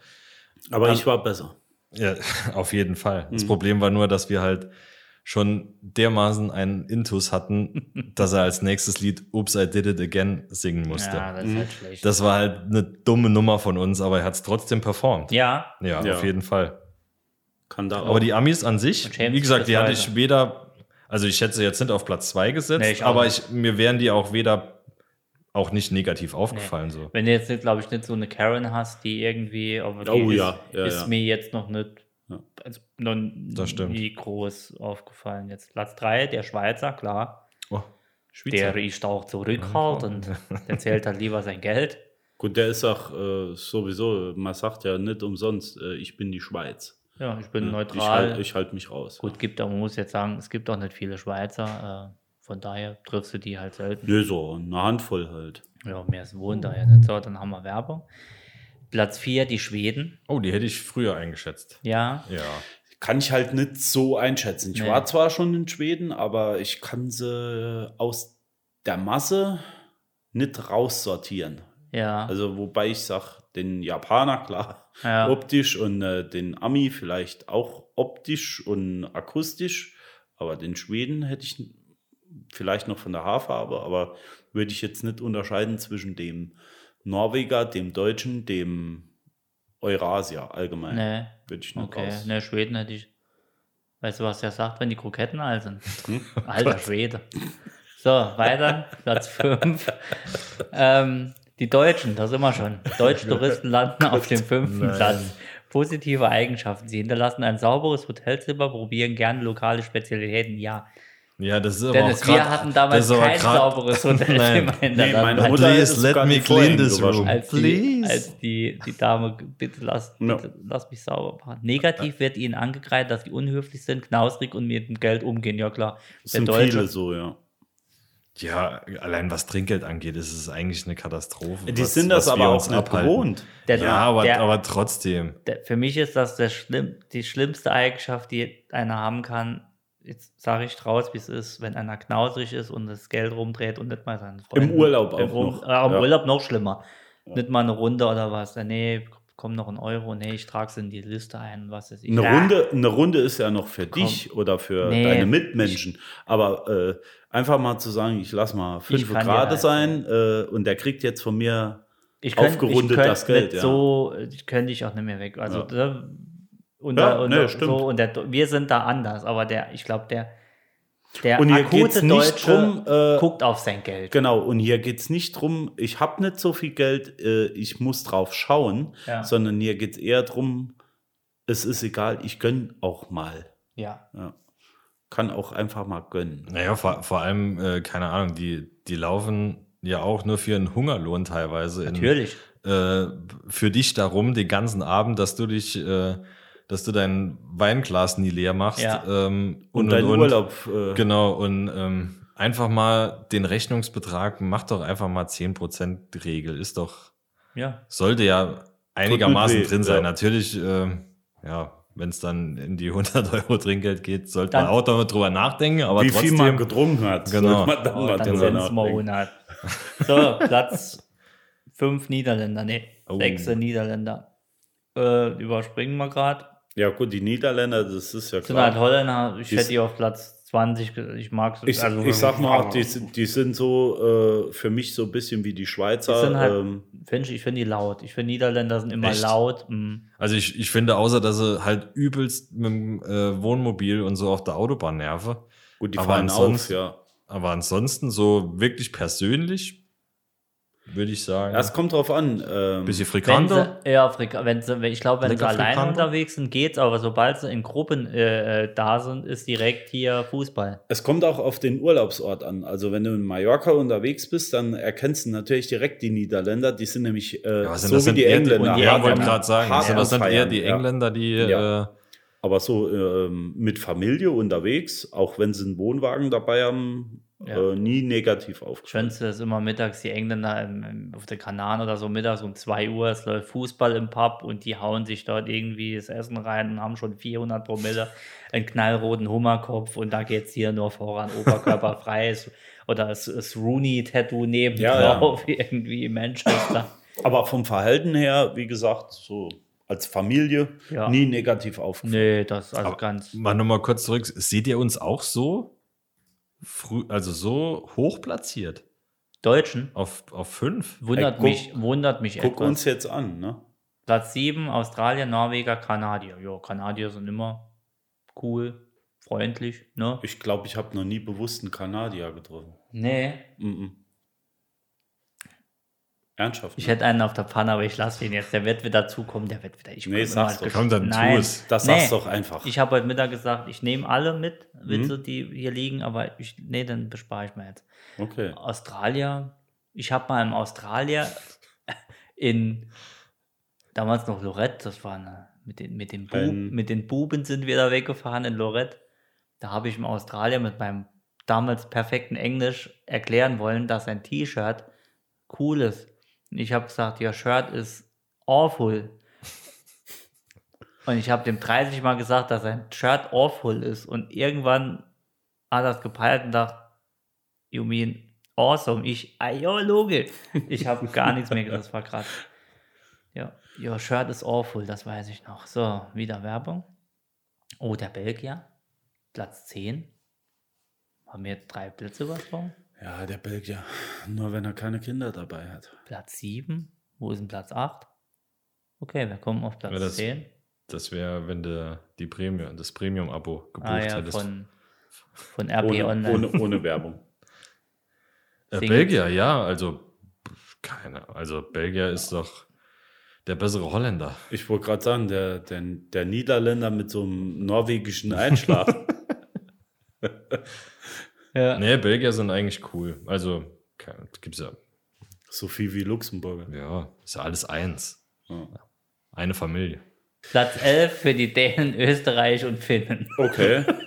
[SPEAKER 6] Aber ich war besser.
[SPEAKER 4] Ja, <laughs> auf jeden Fall.
[SPEAKER 5] Mhm.
[SPEAKER 4] Das Problem war nur, dass wir halt schon dermaßen einen Intus
[SPEAKER 5] <laughs>
[SPEAKER 4] hatten, dass er als nächstes Lied Oops, I Did It Again singen musste.
[SPEAKER 5] ja, das ist halt schlecht.
[SPEAKER 4] das war halt eine dumme Nummer von uns, aber er hat es trotzdem performt.
[SPEAKER 5] ja,
[SPEAKER 4] Ja,
[SPEAKER 6] Ja.
[SPEAKER 4] auf jeden Fall.
[SPEAKER 6] Kann da
[SPEAKER 4] Aber die Amis an sich,
[SPEAKER 5] Und schämen
[SPEAKER 4] wie
[SPEAKER 5] sich bis
[SPEAKER 4] gesagt, die hatte
[SPEAKER 5] heute.
[SPEAKER 4] ich weder, also ich hätte sie jetzt nicht auf Platz 2 gesetzt,
[SPEAKER 5] Nee, ich auch
[SPEAKER 4] aber
[SPEAKER 5] nicht.
[SPEAKER 4] ich, mir wären die auch weder, auch nicht negativ aufgefallen. So.
[SPEAKER 5] wenn du jetzt nicht, glaube ich, nicht so eine Karen hast, die irgendwie, aber die
[SPEAKER 6] Oh
[SPEAKER 5] ist,
[SPEAKER 6] ja, ja,
[SPEAKER 5] ist
[SPEAKER 6] ja.
[SPEAKER 5] mir jetzt noch nicht
[SPEAKER 6] Ja.
[SPEAKER 5] also noch
[SPEAKER 4] Das stimmt.
[SPEAKER 5] nie groß aufgefallen. Jetzt Platz 3, der Schweizer, klar.
[SPEAKER 4] Oh,
[SPEAKER 5] Der ist auch zurückhaltend. Der zählt halt lieber sein Geld.
[SPEAKER 6] Gut, der ist auch äh, sowieso, man sagt ja nicht umsonst, äh, ich bin die Schweiz.
[SPEAKER 5] Ja, ich bin
[SPEAKER 6] Ja, Ich
[SPEAKER 5] neutral.
[SPEAKER 6] halte ich halt mich raus.
[SPEAKER 5] Gut, gibt, aber man muss jetzt sagen, es gibt auch nicht viele Schweizer. Äh, von daher triffst du die halt selten.
[SPEAKER 6] Nö, so eine Handvoll halt.
[SPEAKER 5] Ja, mehr ist wohnen daher nicht. So, dann haben wir Werbung. Platz 4, die Schweden.
[SPEAKER 4] oh, die hätte ich früher eingeschätzt.
[SPEAKER 5] Ja.
[SPEAKER 4] Ja.
[SPEAKER 6] Kann ich halt nicht so einschätzen. Ich
[SPEAKER 5] Nee.
[SPEAKER 6] war zwar schon in Schweden, aber ich kann sie aus der Masse nicht raussortieren.
[SPEAKER 5] Ja.
[SPEAKER 6] Also wobei ich sage, den Japaner klar,
[SPEAKER 5] ja.
[SPEAKER 6] optisch und äh, den Ami vielleicht auch optisch und akustisch, aber den Schweden hätte ich n- vielleicht noch von der Haarfarbe, aber würde ich jetzt nicht unterscheiden zwischen dem Norweger, dem Deutschen, dem Eurasier allgemein.
[SPEAKER 5] nee. ne.
[SPEAKER 6] Würde ich nicht
[SPEAKER 5] Okay.
[SPEAKER 6] raus.
[SPEAKER 5] Ne, Schweden hätte ich. Weißt du, was der sagt, wenn die Kroketten alt sind?
[SPEAKER 4] Hm?
[SPEAKER 5] <laughs> Alter Schwede. So, weiter, Platz 5. ähm, die Deutschen, da sind wir schon. Deutsche Touristen landen auf dem fünften Platz. Positive Eigenschaften. Sie hinterlassen ein sauberes Hotelzimmer, probieren gerne lokale Spezialitäten. Ja,
[SPEAKER 4] Ja, das ist aber
[SPEAKER 5] Dennis,
[SPEAKER 4] auch grad,
[SPEAKER 5] wir hatten damals
[SPEAKER 4] das ist aber
[SPEAKER 5] kein
[SPEAKER 4] grad-
[SPEAKER 5] sauberes
[SPEAKER 4] <laughs>
[SPEAKER 5] Hotelzimmer
[SPEAKER 4] Nein.
[SPEAKER 5] hinterlassen.
[SPEAKER 6] meine Mutter- ist
[SPEAKER 4] Please, let
[SPEAKER 6] sogar
[SPEAKER 4] me
[SPEAKER 6] die Vorhänge
[SPEAKER 4] clean this
[SPEAKER 6] gewaschen.
[SPEAKER 4] room.
[SPEAKER 5] als die,
[SPEAKER 4] Please.
[SPEAKER 5] als die, die Dame, bitte lass,
[SPEAKER 6] Ja.
[SPEAKER 5] bitte lass mich sauber machen. Negativ wird ihnen angekreidet, dass sie unhöflich sind, knausrig und mit dem Geld umgehen. Ja, klar.
[SPEAKER 6] Das
[SPEAKER 5] Der
[SPEAKER 6] sind
[SPEAKER 5] Deutsche,
[SPEAKER 6] viele so, ja.
[SPEAKER 4] ja, allein was Trinkgeld angeht, ist es eigentlich eine Katastrophe.
[SPEAKER 6] Die
[SPEAKER 4] was-
[SPEAKER 6] sind das
[SPEAKER 4] was wir
[SPEAKER 6] aber
[SPEAKER 4] uns
[SPEAKER 6] auch nicht
[SPEAKER 4] abhalten.
[SPEAKER 6] gewohnt.
[SPEAKER 5] Der,
[SPEAKER 4] Ja, aber,
[SPEAKER 5] der,
[SPEAKER 4] aber trotzdem.
[SPEAKER 5] der, für mich ist das der schlimm, die schlimmste Eigenschaft, die einer haben kann. Jetzt sage ich draus, wie es ist, wenn einer knausrig ist und das Geld rumdreht und nicht mal seinen Freunden.
[SPEAKER 6] Urlaub auch
[SPEAKER 5] Im Rum-
[SPEAKER 6] noch.
[SPEAKER 5] Äh, Im
[SPEAKER 6] Ja.
[SPEAKER 5] Urlaub noch schlimmer. Nicht mal eine Runde oder was. Äh, Nee, komm noch ein Euro. Nee, ich trage es in die Liste ein. Was ist ich?
[SPEAKER 6] Eine,
[SPEAKER 5] Ja.
[SPEAKER 6] Runde, eine Runde ist ja noch für dich oder für
[SPEAKER 5] Nee.
[SPEAKER 6] deine Mitmenschen. Aber äh, einfach mal zu sagen, ich lass mal 5
[SPEAKER 5] kann dir
[SPEAKER 6] Grad
[SPEAKER 5] halt-
[SPEAKER 6] sein äh, und der kriegt jetzt von mir
[SPEAKER 5] ich
[SPEAKER 6] Aufgerundet
[SPEAKER 5] ich könnt
[SPEAKER 6] das Geld,
[SPEAKER 5] nicht
[SPEAKER 6] ja.
[SPEAKER 5] So, ich könnte ich auch nicht mehr weg. Also
[SPEAKER 6] Ja.
[SPEAKER 5] da, und,
[SPEAKER 6] Ja,
[SPEAKER 5] da, und,
[SPEAKER 6] nee,
[SPEAKER 5] da-
[SPEAKER 6] stimmt.
[SPEAKER 5] so, und der, wir sind da anders, aber der, ich glaube, der, der
[SPEAKER 6] Und hier
[SPEAKER 5] akute
[SPEAKER 6] geht's nicht
[SPEAKER 5] Deutsche
[SPEAKER 6] drum, äh,
[SPEAKER 5] guckt auf sein Geld.
[SPEAKER 6] Genau, und hier geht es nicht drum, ich habe nicht so viel Geld, äh, ich muss drauf schauen,
[SPEAKER 5] Ja.
[SPEAKER 6] sondern hier geht es eher drum, es ist egal, ich gönne auch mal.
[SPEAKER 5] Ja.
[SPEAKER 6] Ja. Kann auch einfach mal gönnen.
[SPEAKER 4] Naja, vor, vor allem, äh, keine Ahnung, die, die laufen ja auch nur für einen Hungerlohn teilweise. In,
[SPEAKER 5] Natürlich.
[SPEAKER 4] Äh, für dich darum, den ganzen Abend, dass du dich, äh, dass du dein Weinglas nie leer machst.
[SPEAKER 5] Ja.
[SPEAKER 4] Ähm,
[SPEAKER 6] Und, dein Urlaub. Äh,
[SPEAKER 4] Genau, und ähm, einfach mal den Rechnungsbetrag, mach doch einfach mal 10% Regel. Ist doch,
[SPEAKER 5] Ja.
[SPEAKER 4] sollte ja einigermaßen
[SPEAKER 6] Tut gut weh,
[SPEAKER 4] drin sein.
[SPEAKER 6] ja.
[SPEAKER 4] Natürlich, ähm, ja, wenn es dann in die <laughs> 100 Euro Trinkgeld geht, sollte
[SPEAKER 5] Dann-
[SPEAKER 4] man auch darüber drüber nachdenken, aber
[SPEAKER 6] wie viel
[SPEAKER 4] trotzdem.
[SPEAKER 6] man getrunken hat.
[SPEAKER 4] Genau.
[SPEAKER 6] sollte Man dann
[SPEAKER 5] Oh,
[SPEAKER 6] mal
[SPEAKER 5] dann
[SPEAKER 6] drüber
[SPEAKER 5] sind es
[SPEAKER 6] nachdenken.
[SPEAKER 5] mal 100. So, Platz 5 Niederländer. Nee,
[SPEAKER 4] Oh.
[SPEAKER 5] sechste Niederländer. Äh, überspringen wir gerade.
[SPEAKER 6] Ja, gut, die Niederländer, das ist ja
[SPEAKER 5] Sind
[SPEAKER 6] klar.
[SPEAKER 5] halt Holländer. Ich
[SPEAKER 6] Die
[SPEAKER 5] hätte
[SPEAKER 6] sind-
[SPEAKER 5] die auf Platz 20. ge- Ich mag es.
[SPEAKER 6] Ich, ich sag mal, die, sind- die sind so äh, für mich so ein bisschen wie die Schweizer.
[SPEAKER 5] Die sind halt-
[SPEAKER 6] ähm,
[SPEAKER 5] Find ich ich finde die laut. Ich finde Niederländer sind immer
[SPEAKER 4] Echt?
[SPEAKER 5] laut. mm.
[SPEAKER 4] Also ich, ich finde, außer dass sie halt übelst mit dem äh, Wohnmobil und so auf der Autobahn nerven.
[SPEAKER 6] gut, die
[SPEAKER 4] Aber
[SPEAKER 6] fallen auf,
[SPEAKER 4] ansonsten-
[SPEAKER 6] ja.
[SPEAKER 4] Aber ansonsten so wirklich persönlich würde ich sagen,
[SPEAKER 6] Ja, Es kommt drauf an. Ähm,
[SPEAKER 4] bisschen
[SPEAKER 5] Wenn
[SPEAKER 4] Frikanter.
[SPEAKER 5] sie, ja, Frika, wenn sie, wenn- ich glaube, wenn
[SPEAKER 4] Lecker
[SPEAKER 5] sie alleine
[SPEAKER 4] Frikante.
[SPEAKER 5] unterwegs sind, geht's, aber sobald sie in Gruppen äh, äh, da sind, ist direkt hier Fußball.
[SPEAKER 6] Es kommt auch auf den Urlaubsort an. Also wenn du in Mallorca unterwegs bist, dann erkennst du natürlich direkt die Niederländer. Die sind nämlich äh,
[SPEAKER 4] was sind
[SPEAKER 6] so wie die
[SPEAKER 4] eher
[SPEAKER 6] Engländer.
[SPEAKER 4] Die, ja,
[SPEAKER 5] Hart
[SPEAKER 4] wollte
[SPEAKER 5] am-
[SPEAKER 4] gerade sagen,
[SPEAKER 6] hart
[SPEAKER 4] also das
[SPEAKER 6] am
[SPEAKER 4] sind eher
[SPEAKER 6] Feiern,
[SPEAKER 4] die
[SPEAKER 6] ja.
[SPEAKER 4] Engländer, die
[SPEAKER 6] Ja.
[SPEAKER 4] äh,
[SPEAKER 6] Aber so ähm, mit Familie unterwegs, auch wenn sie einen Wohnwagen dabei haben,
[SPEAKER 5] Ja.
[SPEAKER 6] äh, nie negativ aufgefallen.
[SPEAKER 5] Schönste ist immer mittags die Engländer im, im, auf der Kanaren oder so mittags um 2 Uhr. Es läuft Fußball im Pub und die hauen sich dort irgendwie das Essen rein und haben schon 400 Promille, einen knallroten Hummerkopf und da geht's hier nur voran,
[SPEAKER 6] <laughs>
[SPEAKER 5] Oberkörper frei ist. Oder das, das Rooney-Tattoo neben
[SPEAKER 6] Ja,
[SPEAKER 5] drauf, <laughs> irgendwie in
[SPEAKER 6] <laughs>
[SPEAKER 5] Manchester.
[SPEAKER 6] Aber vom Verhalten her, wie gesagt, so als Familie
[SPEAKER 5] Ja.
[SPEAKER 6] nie negativ aufgefallen.
[SPEAKER 5] Nee, das ist also
[SPEAKER 4] Aber
[SPEAKER 5] ganz.
[SPEAKER 4] mal nochmal kurz zurück, seht ihr uns auch so früh, also so hoch platziert
[SPEAKER 5] Deutschen.
[SPEAKER 4] auf, auf fünf?
[SPEAKER 5] Wundert
[SPEAKER 6] Ey, guck-
[SPEAKER 5] mich, wundert mich
[SPEAKER 6] Guck
[SPEAKER 5] etwas.
[SPEAKER 6] uns jetzt an, ne?
[SPEAKER 5] Platz 7, Australier, Norweger, Kanadier. Ja, Kanadier sind immer cool, freundlich, ne?
[SPEAKER 6] Ich glaube, ich habe noch nie bewusst einen Kanadier getroffen.
[SPEAKER 5] Nee.
[SPEAKER 6] Mhm. Ernsthaft?
[SPEAKER 5] Ich
[SPEAKER 6] ne?
[SPEAKER 5] hätte einen auf der Pfanne, aber ich lasse ihn jetzt. Der wird wieder zukommen, der wird wieder. Ich
[SPEAKER 6] Nee,
[SPEAKER 5] komm
[SPEAKER 6] sag's
[SPEAKER 5] immer-
[SPEAKER 6] doch.
[SPEAKER 4] Komm, dann
[SPEAKER 5] Nein.
[SPEAKER 4] tu es.
[SPEAKER 6] Das
[SPEAKER 5] Nee.
[SPEAKER 6] sagst doch einfach.
[SPEAKER 5] Ich habe heute Mittag gesagt, ich nehme alle mit, Witze,
[SPEAKER 6] Mhm.
[SPEAKER 5] die hier liegen, aber ich, nee, dann bespare ich mir jetzt.
[SPEAKER 6] okay.
[SPEAKER 5] Australier. Ich habe mal im Australier in damals noch Lorette, das war eine, mit den mit den, Bub,
[SPEAKER 6] Ein-
[SPEAKER 5] mit den Buben sind wir da weggefahren in Lorette. Da habe ich im Australier mit meinem damals perfekten Englisch erklären wollen, dass ein T-Shirt cool ist. Und ich habe gesagt, your Shirt ist awful. Und ich habe dem 30 Mal gesagt, dass sein Shirt awful ist. Und irgendwann hat er es gepeilt und dachte, You mean awesome? Ich, ah, ja, Loge. Ich habe gar nichts mehr gesagt, das war krass. Ja, your shirt is awful, das weiß ich noch. So, wieder Werbung. Oh, der Belgier, Platz 10. Haben wir jetzt drei Plätze übersprungen?
[SPEAKER 6] Ja, der Belgier. Nur wenn er keine Kinder dabei hat.
[SPEAKER 5] Platz 7. Wo ist denn Platz 8? Okay, wir kommen auf Platz
[SPEAKER 4] Ja, das-
[SPEAKER 5] 10.
[SPEAKER 4] Das wäre, wenn du die Premium, das Premium-Abo gebucht
[SPEAKER 5] Ah ja,
[SPEAKER 4] hättest.
[SPEAKER 5] von, von RP
[SPEAKER 6] Ohne,
[SPEAKER 5] Online.
[SPEAKER 6] ohne, ohne Werbung.
[SPEAKER 4] äh,
[SPEAKER 5] Singles.
[SPEAKER 4] Belgier, ja, also keine. Also Belgier ist doch der bessere Holländer.
[SPEAKER 6] Ich wollte gerade sagen, der, der, der Niederländer mit so einem norwegischen
[SPEAKER 4] <laughs>
[SPEAKER 6] Einschlag.
[SPEAKER 5] Ja.
[SPEAKER 4] Nee, Belgier sind eigentlich cool. Also keine- gibt's ja,
[SPEAKER 6] so viel wie Luxemburger.
[SPEAKER 4] ja, ist ja alles eins.
[SPEAKER 6] Ja.
[SPEAKER 4] Eine Familie.
[SPEAKER 5] Platz 11 für die Dänen, Österreich und Finnen.
[SPEAKER 6] Okay. <laughs>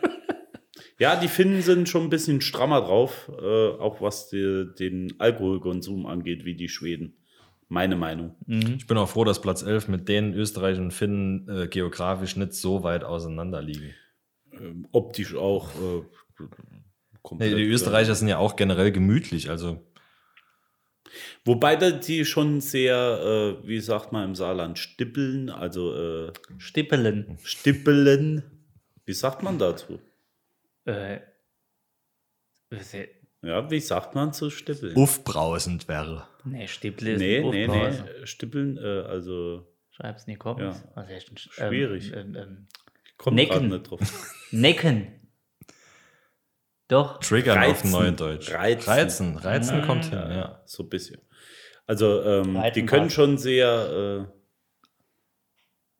[SPEAKER 6] Ja, die Finnen sind schon ein bisschen strammer drauf, äh, auch was die, den Alkoholkonsum angeht, wie die Schweden. Meine Meinung.
[SPEAKER 4] Ich bin auch froh, dass Platz 11 mit denen Österreich und Finnen äh, geografisch nicht so weit auseinander liegen.
[SPEAKER 6] Ähm, optisch auch. Äh, komplett,
[SPEAKER 4] Nee, die
[SPEAKER 6] äh,
[SPEAKER 4] Österreicher sind ja auch generell gemütlich. Also
[SPEAKER 6] Wobei da die schon sehr, äh, wie sagt man im Saarland, stippeln, also äh,
[SPEAKER 5] Stippelen.
[SPEAKER 6] stippeln. Wie sagt man dazu?
[SPEAKER 5] Äh, was ist-
[SPEAKER 6] Ja, wie sagt man zu stippeln?
[SPEAKER 4] uffbrausend wäre.
[SPEAKER 5] nee, Stipple ist
[SPEAKER 6] nee,
[SPEAKER 5] ein
[SPEAKER 6] nee,
[SPEAKER 5] Buchpause.
[SPEAKER 6] nee. Stippeln, äh, also
[SPEAKER 5] Schreib's in die Comments.
[SPEAKER 6] Ja.
[SPEAKER 5] Was ist denn, sch-
[SPEAKER 6] Schwierig.
[SPEAKER 5] Ähm, ähm, ähm,
[SPEAKER 6] kommt gerade
[SPEAKER 5] Necken. <laughs>
[SPEAKER 6] nicht drauf.
[SPEAKER 5] Necken. Doch.
[SPEAKER 4] Triggern auf
[SPEAKER 6] Reizen.
[SPEAKER 4] Neudeutsch.
[SPEAKER 6] Reizen. Ah.
[SPEAKER 4] Reizen, Reizen kommt hin, ja.
[SPEAKER 6] ja, so ein bisschen. Also ähm, die
[SPEAKER 5] Breitenbart.
[SPEAKER 6] können schon sehr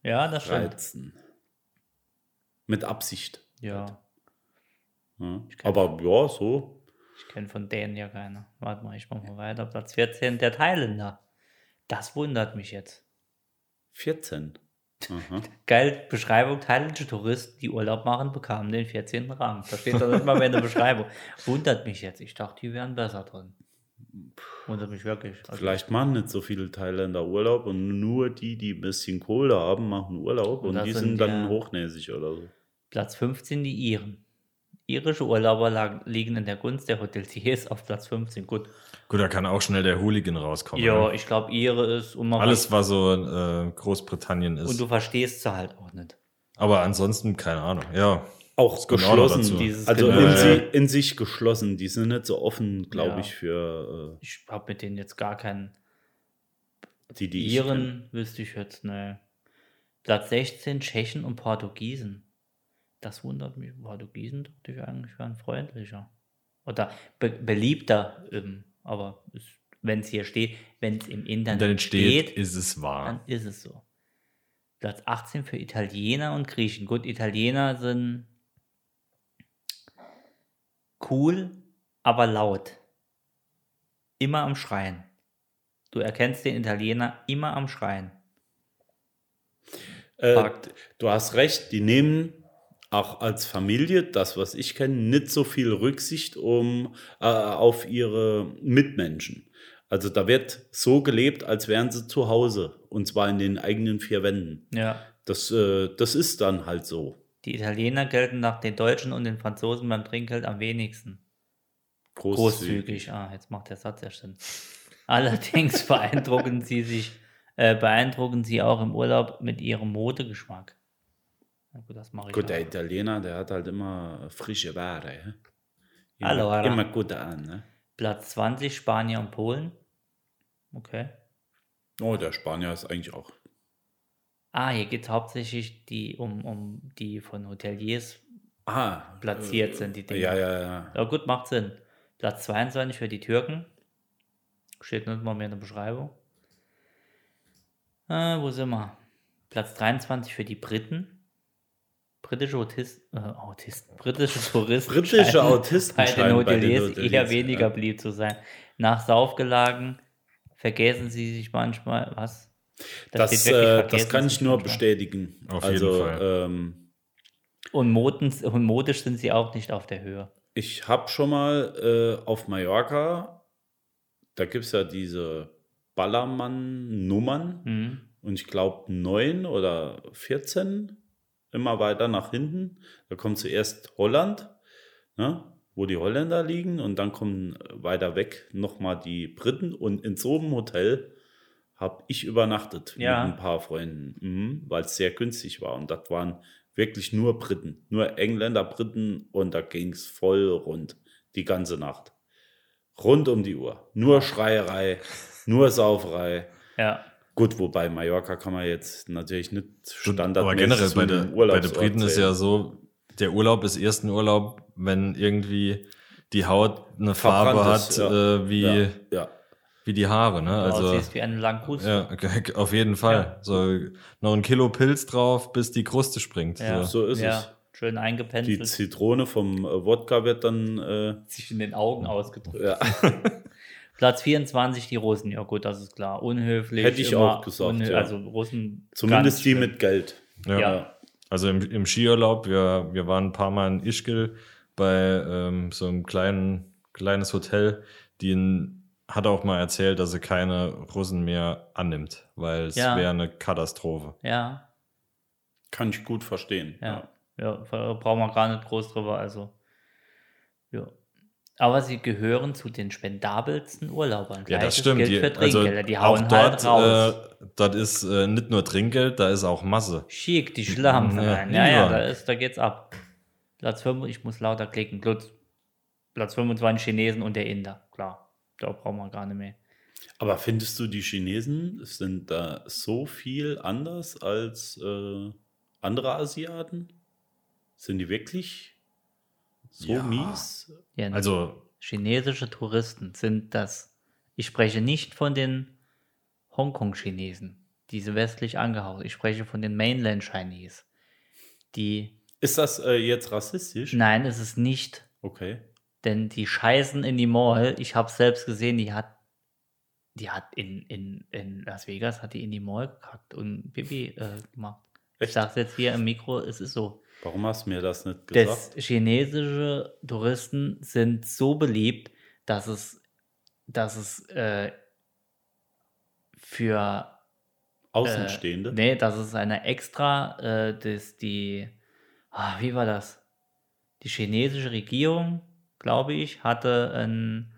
[SPEAKER 5] Ja, das
[SPEAKER 6] äh,
[SPEAKER 5] stimmt.
[SPEAKER 6] reizen. Mit Absicht.
[SPEAKER 5] Ja,
[SPEAKER 6] Ja.
[SPEAKER 5] kenn-
[SPEAKER 6] Aber ja, so.
[SPEAKER 5] ich kenne von Dänen ja keine. Warte mal, ich mach mal weiter. Platz 14, der Thailänder. Das wundert mich jetzt.
[SPEAKER 6] 14. Aha.
[SPEAKER 5] Geil, Beschreibung, thailändische Touristen, die Urlaub machen, bekamen den 14. Rang. Da steht doch nicht mal mehr in der Beschreibung. Wundert mich jetzt. Ich dachte, die wären besser drin. Wundert mich wirklich. <laughs> Also,
[SPEAKER 6] Vielleicht machen nicht so viele Thailänder Urlaub und nur die, die ein bisschen Kohle haben, machen Urlaub und,
[SPEAKER 5] Und das
[SPEAKER 6] die sind,
[SPEAKER 5] sind
[SPEAKER 6] dann
[SPEAKER 5] ja-
[SPEAKER 6] hochnäsig oder so.
[SPEAKER 5] Platz 15, die Iren. Irische Urlauber lag, liegen in der Gunst der Hoteliers auf Platz 15. Gut.
[SPEAKER 4] Gut, da kann auch schnell der Hooligan rauskommen.
[SPEAKER 5] Ja,
[SPEAKER 4] ne?
[SPEAKER 5] ich glaube, Ihre ist um
[SPEAKER 4] Alles, was so äh, Großbritannien
[SPEAKER 5] Und
[SPEAKER 4] ist.
[SPEAKER 5] du verstehst sie halt auch nicht.
[SPEAKER 4] Aber ansonsten, keine Ahnung. Ja,
[SPEAKER 6] Auch
[SPEAKER 4] kommt auch noch
[SPEAKER 6] geschlossen.
[SPEAKER 4] dazu.
[SPEAKER 5] Dieses
[SPEAKER 6] also
[SPEAKER 5] Genau.
[SPEAKER 6] in, sie, in sich geschlossen. Die sind nicht so offen, glaube
[SPEAKER 5] Ja.
[SPEAKER 6] ich, für
[SPEAKER 5] Ich habe mit denen jetzt gar keinen
[SPEAKER 6] äh, die, die ich kenn.
[SPEAKER 5] Iren, wüsste ich jetzt, ne. Platz 16, Tschechen und Portugiesen. Das wundert mich. Portugiesen dachte ich eigentlich wären freundlicher. Oder be beliebter, ähm, aber wenn es hier steht, wenn es im Internet,
[SPEAKER 4] dann
[SPEAKER 5] steht,
[SPEAKER 4] steht, ist es wahr.
[SPEAKER 5] dann ist es so. Platz 18 für Italiener und Griechen. Gut, Italiener sind cool, aber laut. Immer am Schreien. Du erkennst den Italiener immer am Schreien.
[SPEAKER 6] Äh,
[SPEAKER 5] Fakt.
[SPEAKER 6] du hast recht, die nehmen auch als Familie, das was ich kenne, nicht so viel Rücksicht um, äh, auf ihre Mitmenschen. Also da wird so gelebt, als wären sie zu Hause und zwar in den eigenen vier Wänden.
[SPEAKER 5] Ja.
[SPEAKER 6] Das, äh, das ist dann halt so.
[SPEAKER 5] Die Italiener gelten nach den Deutschen und den Franzosen beim Trinkgeld am wenigsten. Großzügig. Ah, jetzt macht der Satz ja Sinn. Allerdings <laughs> beeindrucken sie sich, äh, beeindrucken sie auch im Urlaub mit ihrem Modegeschmack. Na gut, das mache ich.
[SPEAKER 6] Gut,
[SPEAKER 5] auch.
[SPEAKER 6] der Italiener, der hat halt immer frische Ware. hä? Immer,
[SPEAKER 5] Allora.
[SPEAKER 6] immer gute an. Ne?
[SPEAKER 5] Platz 20 Spanier und Polen. Okay.
[SPEAKER 6] Oh, der Spanier ist eigentlich auch.
[SPEAKER 5] Ah, hier geht es hauptsächlich die, um, um die von Hoteliers.
[SPEAKER 6] Ah,
[SPEAKER 5] Platziert sind die Dinger.
[SPEAKER 6] Ja, ja, ja.
[SPEAKER 5] Ja gut, macht Sinn. Platz 22 für die Türken. Steht nicht mal mehr in der Beschreibung. Äh, wo sind wir? Platz 23 für die Briten. Britische Autisten, äh, Autisten, britische Touristen.
[SPEAKER 6] <laughs> Britische
[SPEAKER 5] scheinen
[SPEAKER 6] Autisten
[SPEAKER 5] bei den
[SPEAKER 6] scheinen bei den
[SPEAKER 5] Hoteliers
[SPEAKER 6] Hoteliers,
[SPEAKER 5] eher weniger
[SPEAKER 6] ja.
[SPEAKER 5] beliebt zu sein. Nach Saufgelagen vergessen sie sich manchmal, was? Da
[SPEAKER 6] Das,
[SPEAKER 5] steht wirklich,
[SPEAKER 6] äh, das
[SPEAKER 5] vergessen
[SPEAKER 6] kann
[SPEAKER 5] sie
[SPEAKER 6] ich
[SPEAKER 5] sich
[SPEAKER 6] nur
[SPEAKER 5] manchmal.
[SPEAKER 6] bestätigen.
[SPEAKER 4] Auf
[SPEAKER 6] also,
[SPEAKER 4] jeden Fall.
[SPEAKER 6] Ähm,
[SPEAKER 5] Und, modens, und modisch sind sie auch nicht auf der Höhe.
[SPEAKER 6] ich habe schon mal äh, auf Mallorca, da gibt es ja diese Ballermann-Nummern
[SPEAKER 5] Mhm.
[SPEAKER 6] und ich glaube neun oder 14, immer weiter nach hinten. Da kommt zuerst Holland, ne, wo die Holländer liegen und dann kommen weiter weg nochmal die Briten und in so einem Hotel habe ich übernachtet
[SPEAKER 5] Ja.
[SPEAKER 6] mit ein paar Freunden, mhm, weil es sehr günstig war und das waren wirklich nur Briten, nur Engländer, Briten und da ging es voll rund die ganze Nacht. Rund um die Uhr. Nur Schreierei, nur Sauferei.
[SPEAKER 5] Ja.
[SPEAKER 6] Gut, wobei Mallorca kann man jetzt natürlich nicht standardmäßig
[SPEAKER 4] Aber generell
[SPEAKER 6] zu
[SPEAKER 4] bei,
[SPEAKER 6] einem
[SPEAKER 4] der, bei den
[SPEAKER 6] Urlaubsort
[SPEAKER 4] Briten ist
[SPEAKER 6] zählen.
[SPEAKER 4] ja so, der Urlaub ist erst ein Urlaub, wenn irgendwie die Haut eine Farbe
[SPEAKER 6] Verbrannt
[SPEAKER 4] hat
[SPEAKER 6] ist,
[SPEAKER 4] äh, wie,
[SPEAKER 6] ja, ja.
[SPEAKER 4] wie die Haare. Ne?
[SPEAKER 5] Also,
[SPEAKER 4] Also,
[SPEAKER 5] siehst wie eine Langkrust.
[SPEAKER 4] ja, okay, <laughs> auf jeden Fall. So noch ein Kilo Pilz drauf, bis die Kruste springt.
[SPEAKER 5] Ja,
[SPEAKER 4] So.
[SPEAKER 6] so ist
[SPEAKER 5] ja.
[SPEAKER 6] es.
[SPEAKER 5] Schön
[SPEAKER 6] Die
[SPEAKER 5] eingependelt,
[SPEAKER 6] Zitrone vom äh, Wodka wird dann äh,
[SPEAKER 5] sich in den Augen ausgedrückt.
[SPEAKER 6] ja,
[SPEAKER 5] Platz 24, die Russen. Ja, gut, das ist klar. Unhöflich.
[SPEAKER 6] Hätte ich
[SPEAKER 5] immer
[SPEAKER 6] auch gesagt,
[SPEAKER 5] unhö-
[SPEAKER 6] ja.
[SPEAKER 5] Also Russen.
[SPEAKER 6] zumindest
[SPEAKER 5] ganz
[SPEAKER 6] die
[SPEAKER 5] schlimm.
[SPEAKER 6] mit Geld.
[SPEAKER 4] Ja.
[SPEAKER 5] Ja.
[SPEAKER 4] Also im, im Skiurlaub, wir, wir waren ein paar Mal in Ischgl bei ähm, so einem kleinen, kleines Hotel, die n- hat auch mal erzählt, dass sie keine Russen mehr annimmt, weil es
[SPEAKER 5] Ja.
[SPEAKER 4] wäre eine Katastrophe.
[SPEAKER 5] Ja,
[SPEAKER 6] Kann ich gut verstehen.
[SPEAKER 5] Ja. ja, da brauchen wir gar nicht groß drüber. Also, ja. Aber sie gehören zu den spendabelsten Urlaubern.
[SPEAKER 4] Ja, das
[SPEAKER 5] Gleiches
[SPEAKER 4] stimmt.
[SPEAKER 5] Gilt
[SPEAKER 4] Die,
[SPEAKER 5] für
[SPEAKER 4] also
[SPEAKER 5] Trinkgelder. die
[SPEAKER 4] auch
[SPEAKER 5] hauen
[SPEAKER 4] dort,
[SPEAKER 5] halt raus.
[SPEAKER 4] äh, das ist äh, nicht nur Trinkgeld, da ist auch Masse. <laughs>
[SPEAKER 5] Schick, die Schlamm.
[SPEAKER 4] Ja,
[SPEAKER 5] Ja, ja, ja
[SPEAKER 4] lieber.
[SPEAKER 5] da, ist, da geht's ab. Platz 5, ich muss lauter klicken. Glutz. Platz 25 Chinesen und der Inder. Klar, da brauchen wir gar nicht mehr.
[SPEAKER 6] Aber findest du, die Chinesen sind da so viel anders als äh, andere Asiaten? Sind die wirklich so
[SPEAKER 4] Ja.
[SPEAKER 6] mies?
[SPEAKER 5] Jens,
[SPEAKER 4] Also
[SPEAKER 5] chinesische Touristen sind das. Ich spreche nicht von den Hongkong-Chinesen, diese westlich angehaucht. Ich spreche von den Mainland-Chinese. Die,
[SPEAKER 6] Ist das äh, jetzt rassistisch?
[SPEAKER 5] nein, es ist nicht,
[SPEAKER 6] Okay.
[SPEAKER 5] denn die scheißen in die Mall. Ich habe selbst gesehen, die hat, die hat in, in, in Las Vegas hat die in die Mall gekackt und Bibi äh, gemacht. Ich
[SPEAKER 6] Echt?
[SPEAKER 5] sag's jetzt hier im Mikro, es ist so.
[SPEAKER 6] Warum hast du mir das nicht
[SPEAKER 5] Das
[SPEAKER 6] gesagt?
[SPEAKER 5] chinesische Touristen sind so beliebt, dass es, dass es äh, für
[SPEAKER 6] Außenstehende?
[SPEAKER 5] äh, nee, das ist eine extra, äh, das die, ah, wie war das? Die chinesische Regierung, glaube ich, hatte, ein,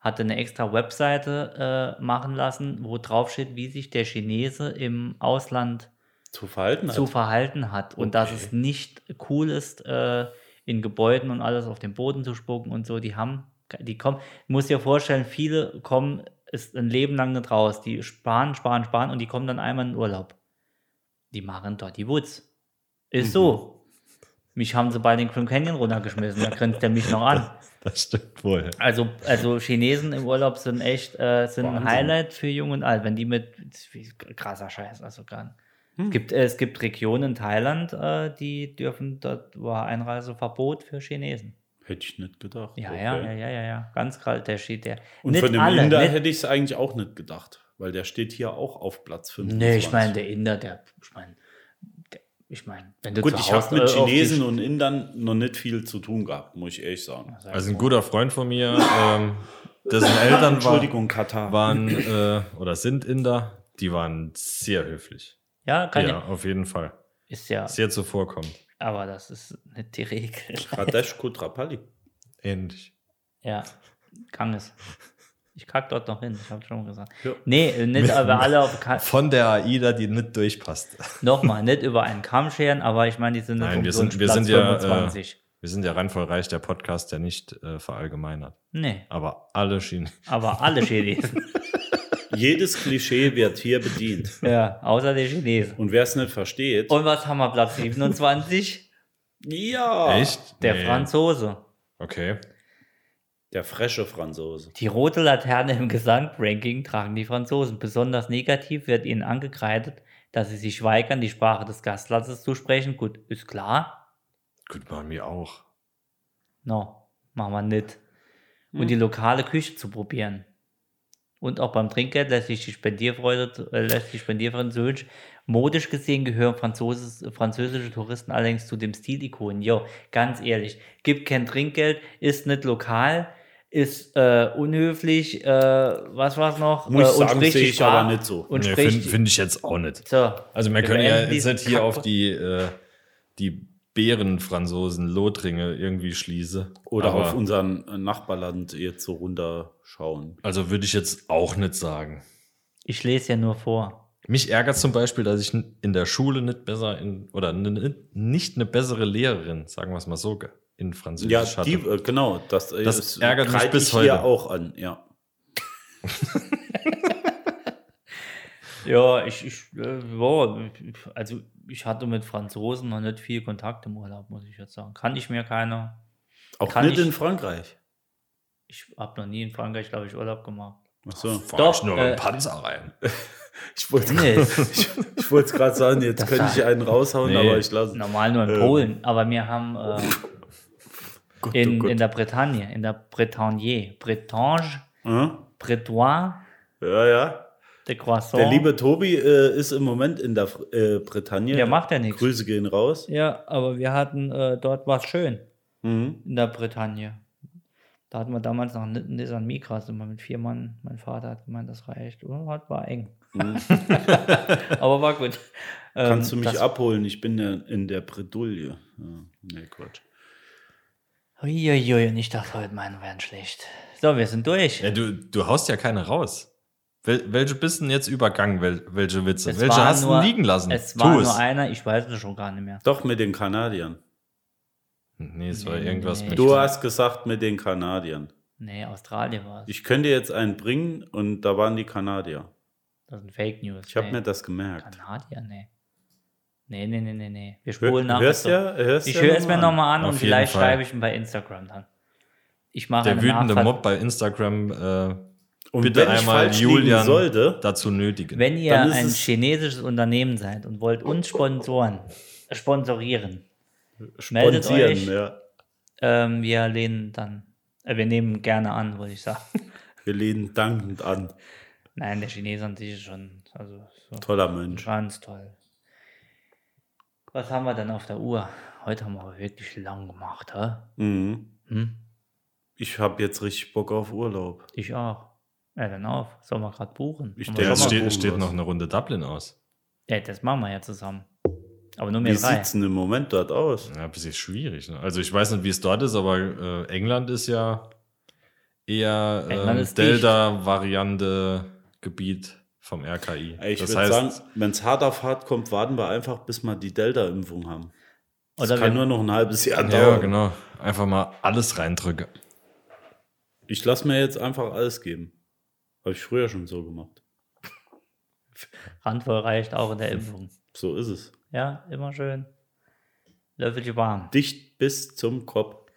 [SPEAKER 5] hatte eine extra Webseite äh, machen lassen, wo drauf steht, wie sich der Chinese im Ausland
[SPEAKER 6] Zu verhalten?
[SPEAKER 5] zu
[SPEAKER 6] hat?
[SPEAKER 5] verhalten hat und dass es
[SPEAKER 6] Okay.
[SPEAKER 5] nicht cool ist, äh, in Gebäuden und alles auf den Boden zu spucken und so. Die haben, die kommen, muss dir vorstellen, viele kommen ist ein Leben lang nicht raus. Die sparen, sparen, sparen und die kommen dann einmal in den Urlaub. Die machen dort die Woods. Ist
[SPEAKER 6] Mhm.
[SPEAKER 5] so. Mich haben sie bei den Grim Canyon runtergeschmissen, da grinst der mich noch
[SPEAKER 6] <laughs>
[SPEAKER 5] an.
[SPEAKER 4] das stimmt wohl.
[SPEAKER 5] Also, also Chinesen im Urlaub sind echt äh, sind ein
[SPEAKER 6] Wahnsinn.
[SPEAKER 5] Highlight für Jung und Alt, wenn die mit wie, krasser Scheiß, also gar nicht.
[SPEAKER 6] Hm.
[SPEAKER 5] Es, gibt, äh, es gibt Regionen in Thailand, äh, die dürfen, dort war Einreiseverbot für Chinesen.
[SPEAKER 6] Hätte ich nicht gedacht.
[SPEAKER 5] Ja,
[SPEAKER 6] okay.
[SPEAKER 5] ja, ja, ja, ja, ja, ganz kalt, der steht der.
[SPEAKER 6] Und
[SPEAKER 5] Nicht
[SPEAKER 6] von dem
[SPEAKER 5] alle,
[SPEAKER 6] Inder
[SPEAKER 5] nicht-
[SPEAKER 6] hätte ich es eigentlich auch nicht gedacht, weil der steht hier auch auf Platz 5.
[SPEAKER 5] Nee, ich meine, der Inder, der, ich meine, der- ich meine, wenn du
[SPEAKER 6] Gut,
[SPEAKER 5] zu
[SPEAKER 6] ich
[SPEAKER 5] Hause,
[SPEAKER 6] habe mit
[SPEAKER 5] äh, auf die-
[SPEAKER 6] Chinesen und Indern noch nicht viel zu tun gehabt, muss ich ehrlich sagen.
[SPEAKER 4] Also ein guter Freund von mir, ähm, dessen Eltern war,
[SPEAKER 6] Entschuldigung, Katar.
[SPEAKER 4] waren äh, oder sind Inder, die waren sehr höflich.
[SPEAKER 5] Ja, kann
[SPEAKER 4] ja,
[SPEAKER 5] ja.
[SPEAKER 4] auf jeden Fall.
[SPEAKER 5] Ist ja,
[SPEAKER 4] Sehr zuvorkommend.
[SPEAKER 5] aber das ist nicht die Regel. <laughs>
[SPEAKER 6] Pradesh Kutrapali.
[SPEAKER 4] Ähnlich.
[SPEAKER 5] Ja, kann es. Ich kack dort noch hin, ich habe schon gesagt.
[SPEAKER 6] Ja.
[SPEAKER 5] Nee, äh, nicht aber alle auf Ka-
[SPEAKER 4] Von der AIDA, die nicht durchpasst. <laughs>
[SPEAKER 5] nochmal, nicht über einen Kamm scheren, aber ich meine, die sind nicht
[SPEAKER 4] Nein, wir
[SPEAKER 5] umsonst
[SPEAKER 4] sind, wir
[SPEAKER 5] Platz
[SPEAKER 4] sind ja, äh,
[SPEAKER 5] 25.
[SPEAKER 4] wir sind ja randvoll reich, der Podcast, der nicht äh, verallgemeinert.
[SPEAKER 5] Nee,
[SPEAKER 4] Aber alle Schienen.
[SPEAKER 5] aber
[SPEAKER 4] <laughs>
[SPEAKER 5] alle Chinesen.
[SPEAKER 6] Jedes Klischee wird hier bedient.
[SPEAKER 5] ja, außer der Chinesen.
[SPEAKER 6] Und wer es nicht versteht,
[SPEAKER 5] Und was haben wir Platz 27?
[SPEAKER 6] ja,
[SPEAKER 4] Echt?
[SPEAKER 5] Oh, Der
[SPEAKER 4] Nee.
[SPEAKER 5] Franzose.
[SPEAKER 4] Okay.
[SPEAKER 6] der frische Franzose.
[SPEAKER 5] Die rote Laterne im Gesamtranking tragen die Franzosen. Besonders negativ wird ihnen angekreidet, dass sie sich weigern, die Sprache des Gastlandes zu sprechen. Gut, ist klar,
[SPEAKER 4] Gut, bei mir auch.
[SPEAKER 5] No, machen wir nicht. Und die
[SPEAKER 6] Hm.
[SPEAKER 5] lokale Küche zu probieren. Und auch beim Trinkgeld lässt sich die Spendierfreude, zu- äh, lässt die Spendierfreude zu wünschen. Modisch gesehen gehören Franzoses, französische Touristen allerdings zu dem Stilikonen. Jo, ganz ehrlich, gibt kein Trinkgeld, ist nicht lokal, ist äh, unhöflich, äh, was war's noch?
[SPEAKER 6] Muss ich
[SPEAKER 5] äh, und
[SPEAKER 6] sagen,
[SPEAKER 5] spricht
[SPEAKER 6] sehe
[SPEAKER 5] die
[SPEAKER 6] ich aber
[SPEAKER 5] Sprache-
[SPEAKER 6] nicht so.
[SPEAKER 5] Und
[SPEAKER 4] Nee,
[SPEAKER 5] spricht
[SPEAKER 4] Finde find ich jetzt auch nicht.
[SPEAKER 5] so,
[SPEAKER 4] Also wir können ja
[SPEAKER 5] beenden
[SPEAKER 4] jetzt
[SPEAKER 5] diesen
[SPEAKER 4] nicht hier
[SPEAKER 5] Kack-
[SPEAKER 4] auf die, äh, die Bärenfranzosen, Lothringe irgendwie schließe.
[SPEAKER 6] Oder
[SPEAKER 4] Aber-
[SPEAKER 6] auf unseren Nachbarland jetzt so runterschauen.
[SPEAKER 4] Also würde ich jetzt auch nicht sagen.
[SPEAKER 5] Ich lese ja nur vor.
[SPEAKER 4] Mich ärgert zum Beispiel, dass ich n- in der Schule nicht besser in, oder n- nicht eine bessere Lehrerin, sagen wir es mal so, ge- in Französisch
[SPEAKER 6] Ja,
[SPEAKER 4] hatte.
[SPEAKER 6] die, äh, genau, das, äh,
[SPEAKER 4] Das
[SPEAKER 6] ist-
[SPEAKER 4] ärgert mich
[SPEAKER 6] kreide
[SPEAKER 4] bis
[SPEAKER 6] ich hier
[SPEAKER 4] heute.
[SPEAKER 6] auch an, ja.
[SPEAKER 5] Ja, ich, ich, äh, ja, also ich hatte mit Franzosen noch nicht viel Kontakt im Urlaub, muss ich jetzt sagen. Kann ich mir keiner.
[SPEAKER 6] Auch
[SPEAKER 5] Kann
[SPEAKER 6] nicht
[SPEAKER 5] ich-
[SPEAKER 6] in Frankreich.
[SPEAKER 5] Ich habe noch nie in Frankreich, glaube ich, Urlaub gemacht.
[SPEAKER 6] Ach so.
[SPEAKER 4] Fahr ich
[SPEAKER 5] Doch,
[SPEAKER 4] nur
[SPEAKER 5] äh,
[SPEAKER 4] mit dem Panzer rein.
[SPEAKER 6] <laughs> Ich wollte
[SPEAKER 5] Nee.
[SPEAKER 6] es gerade sagen, jetzt
[SPEAKER 5] Das
[SPEAKER 6] könnte
[SPEAKER 5] war-
[SPEAKER 6] ich einen raushauen,
[SPEAKER 4] Nee.
[SPEAKER 6] aber ich lasse
[SPEAKER 5] Normal nur in
[SPEAKER 6] Ähm.
[SPEAKER 5] Polen, aber wir haben äh,
[SPEAKER 6] Gott,
[SPEAKER 5] in,
[SPEAKER 6] oh Gott.
[SPEAKER 5] in der Bretagne, in der Bretagne, Bretagne,
[SPEAKER 6] Hm?
[SPEAKER 5] Bretois,
[SPEAKER 6] Ja, ja.
[SPEAKER 5] de Croissant.
[SPEAKER 6] Der liebe Tobi äh, ist im Moment in der Fr- äh, Bretagne.
[SPEAKER 5] Der macht ja nichts.
[SPEAKER 6] Grüße gehen raus.
[SPEAKER 5] Ja, aber wir hatten, äh, dort war es schön
[SPEAKER 6] Mhm.
[SPEAKER 5] in der Bretagne. Da hatten wir damals noch einen Nissan Micra, sind wir mit vier Mann. Mein Vater hat gemeint, das reicht. Und hat- war eng. <laughs> aber war gut. Ähm,
[SPEAKER 6] Kannst du mich
[SPEAKER 5] das-
[SPEAKER 6] abholen? Ich bin ja in der Bredouille. Ja. Nee, Quatsch.
[SPEAKER 5] Uiuiui, und ich dachte, heute meine wären schlecht. So, wir sind durch.
[SPEAKER 4] Ja, du, du haust ja keine raus. Wel welche bist denn jetzt übergangen? Wel welche Witze?
[SPEAKER 5] Es
[SPEAKER 4] welche
[SPEAKER 5] war
[SPEAKER 4] hast du
[SPEAKER 5] nur-
[SPEAKER 4] liegen lassen?
[SPEAKER 5] Es
[SPEAKER 4] Tu
[SPEAKER 5] war nur einer, ich weiß es schon gar nicht mehr.
[SPEAKER 6] Doch mit den Kanadiern.
[SPEAKER 4] Hm, Nee, es war
[SPEAKER 5] Nee,
[SPEAKER 4] irgendwas
[SPEAKER 5] nee.
[SPEAKER 4] mit.
[SPEAKER 6] Du hast gesagt mit den Kanadiern.
[SPEAKER 5] Nee, Australien war es.
[SPEAKER 6] Ich könnte jetzt einen bringen und da waren die Kanadier.
[SPEAKER 5] Das sind Fake News.
[SPEAKER 6] Ich habe
[SPEAKER 5] nee.
[SPEAKER 6] mir das gemerkt.
[SPEAKER 5] Kanadier, nee. Nee, nee, nee, nee, nee. Wir
[SPEAKER 6] Hör,
[SPEAKER 5] spulen nach.
[SPEAKER 6] hörst
[SPEAKER 5] bis zum-
[SPEAKER 6] ja, hörst
[SPEAKER 5] ich
[SPEAKER 6] ja
[SPEAKER 5] höre es mir
[SPEAKER 6] an.
[SPEAKER 5] nochmal an
[SPEAKER 4] Auf
[SPEAKER 5] und
[SPEAKER 4] jeden
[SPEAKER 5] vielleicht
[SPEAKER 4] Fall.
[SPEAKER 5] schreibe ich ihn bei Instagram dann. Ich mache
[SPEAKER 4] Der
[SPEAKER 5] eine
[SPEAKER 4] wütende
[SPEAKER 5] Nachfrage.
[SPEAKER 4] Mob bei Instagram äh,
[SPEAKER 6] Und
[SPEAKER 4] bitte
[SPEAKER 6] wenn ich
[SPEAKER 4] einmal
[SPEAKER 6] falsch liegen
[SPEAKER 4] Julian
[SPEAKER 6] sollte-
[SPEAKER 4] dazu nötigen.
[SPEAKER 5] Wenn ihr
[SPEAKER 6] Dann ist
[SPEAKER 5] ein
[SPEAKER 6] es-
[SPEAKER 5] chinesisches Unternehmen seid und wollt uns sponsoren, sponsorieren, meldet euch.
[SPEAKER 6] Sponsieren, ja.
[SPEAKER 5] Ähm, wir lehnen dann, äh, wir nehmen gerne an, würde ich sagen.
[SPEAKER 6] <laughs> Wir lehnen dankend an.
[SPEAKER 5] Nein, der Chinese an sich ist schon, also so
[SPEAKER 6] Toller Mensch.
[SPEAKER 5] ganz toll. Was haben wir denn auf der Uhr? Heute haben wir wirklich lang gemacht, hä?
[SPEAKER 6] Mhm.
[SPEAKER 5] Hm?
[SPEAKER 6] Ich habe jetzt richtig Bock auf Urlaub.
[SPEAKER 5] Ich auch. Ja, dann auf. Sollen wir gerade buchen?
[SPEAKER 6] Ich
[SPEAKER 5] Haben wir
[SPEAKER 6] denke,
[SPEAKER 4] Ja,
[SPEAKER 5] schon
[SPEAKER 4] es
[SPEAKER 5] mal-
[SPEAKER 6] Buchen
[SPEAKER 4] steht, steht
[SPEAKER 6] was.
[SPEAKER 4] noch eine Runde Dublin aus.
[SPEAKER 5] ja, das machen wir ja zusammen. Aber nur
[SPEAKER 6] Wie
[SPEAKER 5] mehr drei.
[SPEAKER 6] sieht's denn im Moment dort aus?
[SPEAKER 4] Ja, ein bisschen schwierig. Ne? Also ich weiß nicht, wie es dort ist, aber äh, England ist ja eher
[SPEAKER 5] England
[SPEAKER 4] ähm,
[SPEAKER 5] ist
[SPEAKER 4] Delta-Variante Gebiet vom RKI.
[SPEAKER 6] Ich
[SPEAKER 4] das
[SPEAKER 6] würde
[SPEAKER 4] heißt,
[SPEAKER 6] sagen, wenn es hart auf hart kommt, warten wir einfach, bis wir die Delta-Impfung haben. Das
[SPEAKER 5] Oder
[SPEAKER 6] kann
[SPEAKER 5] wir-
[SPEAKER 6] nur noch ein halbes Jahr dauern.
[SPEAKER 4] ja, genau. Einfach mal alles reindrücke.
[SPEAKER 6] Ich lasse mir jetzt einfach alles geben. Habe ich früher schon so gemacht.
[SPEAKER 5] Randvoll reicht auch in der Impfung.
[SPEAKER 6] So ist es.
[SPEAKER 5] Ja, immer schön. Löffelchen warm.
[SPEAKER 6] Dicht bis zum Kopf.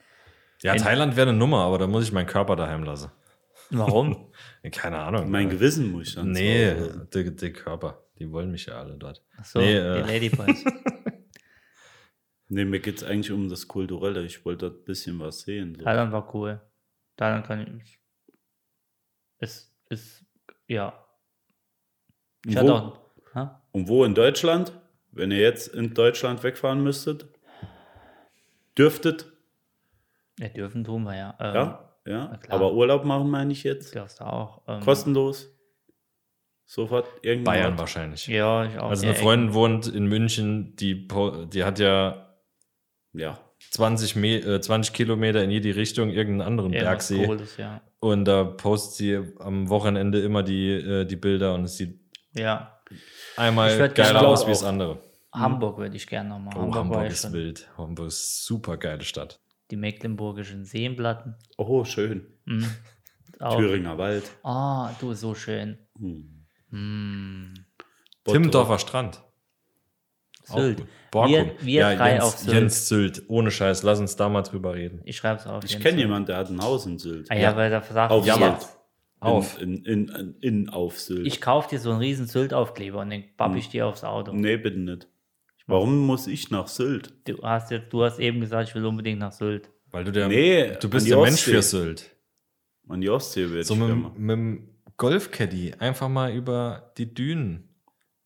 [SPEAKER 4] Ja,
[SPEAKER 5] Ein-
[SPEAKER 4] Thailand wäre eine Nummer, aber da muss ich meinen Körper daheim lassen. <laughs>
[SPEAKER 5] Warum?
[SPEAKER 4] Keine Ahnung.
[SPEAKER 6] Mein
[SPEAKER 4] Äh,
[SPEAKER 6] Gewissen muss ich dann
[SPEAKER 4] Nee,
[SPEAKER 6] zu Hause lassen.
[SPEAKER 4] der, der Körper. Die wollen mich ja alle dort.
[SPEAKER 5] Ach so,
[SPEAKER 4] Nee,
[SPEAKER 5] die
[SPEAKER 4] äh. <laughs>
[SPEAKER 5] Ladyboys.
[SPEAKER 6] Nee, mir geht es eigentlich um das Kulturelle. Ich wollte dort ein bisschen was sehen. So.
[SPEAKER 5] Thailand war cool. Thailand kann ich. Es ist. Ja. Ich hatte
[SPEAKER 6] Und
[SPEAKER 5] auch. Hä?
[SPEAKER 6] wo, und wo in Deutschland? Wenn ihr jetzt in Deutschland wegfahren müsstet, dürftet,
[SPEAKER 5] Ja, dürfen tun wir ja. Ähm,
[SPEAKER 6] ja, ja.
[SPEAKER 5] na klar.
[SPEAKER 6] Aber Urlaub machen meine ich jetzt.
[SPEAKER 5] Darfst du auch. Ähm,
[SPEAKER 6] Kostenlos. Sofort irgendwann.
[SPEAKER 4] Bayern wahrscheinlich.
[SPEAKER 5] Ja, ich auch.
[SPEAKER 4] Also
[SPEAKER 5] Ja,
[SPEAKER 4] eine Freundin wohnt in München, die, po- die hat ja
[SPEAKER 6] Ja.
[SPEAKER 4] 20, Me äh, 20 Kilometer in jede Richtung irgendeinen anderen
[SPEAKER 5] ja,
[SPEAKER 4] Bergsee.
[SPEAKER 5] Cooles, ja.
[SPEAKER 4] Und da postet sie am Wochenende immer die, äh, die Bilder und es sieht
[SPEAKER 5] ja. Ich
[SPEAKER 4] einmal
[SPEAKER 5] werd gerne-
[SPEAKER 4] geiler
[SPEAKER 5] Ich glaub
[SPEAKER 4] aus wie das
[SPEAKER 6] auch.
[SPEAKER 4] andere.
[SPEAKER 5] Hamburg würde ich gerne nochmal.
[SPEAKER 4] Hm? Oh, Hamburg,
[SPEAKER 5] war ich
[SPEAKER 4] ist
[SPEAKER 5] schon.
[SPEAKER 4] wild. Hamburg ist super geile Stadt.
[SPEAKER 5] Die mecklenburgischen Seenplatten.
[SPEAKER 6] Oh, schön.
[SPEAKER 5] Mhm. Auch.
[SPEAKER 6] Thüringer Wald.
[SPEAKER 5] Ah, du, so schön.
[SPEAKER 6] Hm.
[SPEAKER 5] Mm.
[SPEAKER 6] Bottrop.
[SPEAKER 4] Timmendorfer Strand. Auch
[SPEAKER 5] Sylt.
[SPEAKER 4] gut. Borkum.
[SPEAKER 5] Wir, wir
[SPEAKER 4] ja,
[SPEAKER 5] drei
[SPEAKER 4] Jens,
[SPEAKER 5] auf Sylt.
[SPEAKER 4] Jens Sylt. Ohne Scheiß, lass uns da mal drüber reden.
[SPEAKER 5] Ich schreibe es auf.
[SPEAKER 6] Ich
[SPEAKER 5] Jens.
[SPEAKER 6] kenne jemanden, der hat ein Haus in Sylt.
[SPEAKER 5] Ah, ja, weil da sagt
[SPEAKER 6] Auf
[SPEAKER 5] ich
[SPEAKER 6] Sylt.
[SPEAKER 5] jetzt,
[SPEAKER 4] Auf.
[SPEAKER 6] In, in, in, in auf Sylt.
[SPEAKER 5] ich kaufe dir so einen riesen Sylt-Aufkleber und den
[SPEAKER 4] Hm.
[SPEAKER 5] bapp ich dir aufs Auto.
[SPEAKER 6] nee, bitte nicht. Warum muss ich nach Sylt?
[SPEAKER 5] Du hast jetzt, du hast eben gesagt, ich will unbedingt nach Sylt.
[SPEAKER 4] Weil du der,
[SPEAKER 6] Nee,
[SPEAKER 4] du
[SPEAKER 6] an
[SPEAKER 4] bist
[SPEAKER 6] die
[SPEAKER 4] der Mensch
[SPEAKER 6] Ostsee.
[SPEAKER 4] für Sylt.
[SPEAKER 6] An die Ostsee wird
[SPEAKER 4] So
[SPEAKER 6] ich
[SPEAKER 4] mit,
[SPEAKER 6] gerne mal.
[SPEAKER 4] mit dem Golfcaddy einfach mal über die Dünen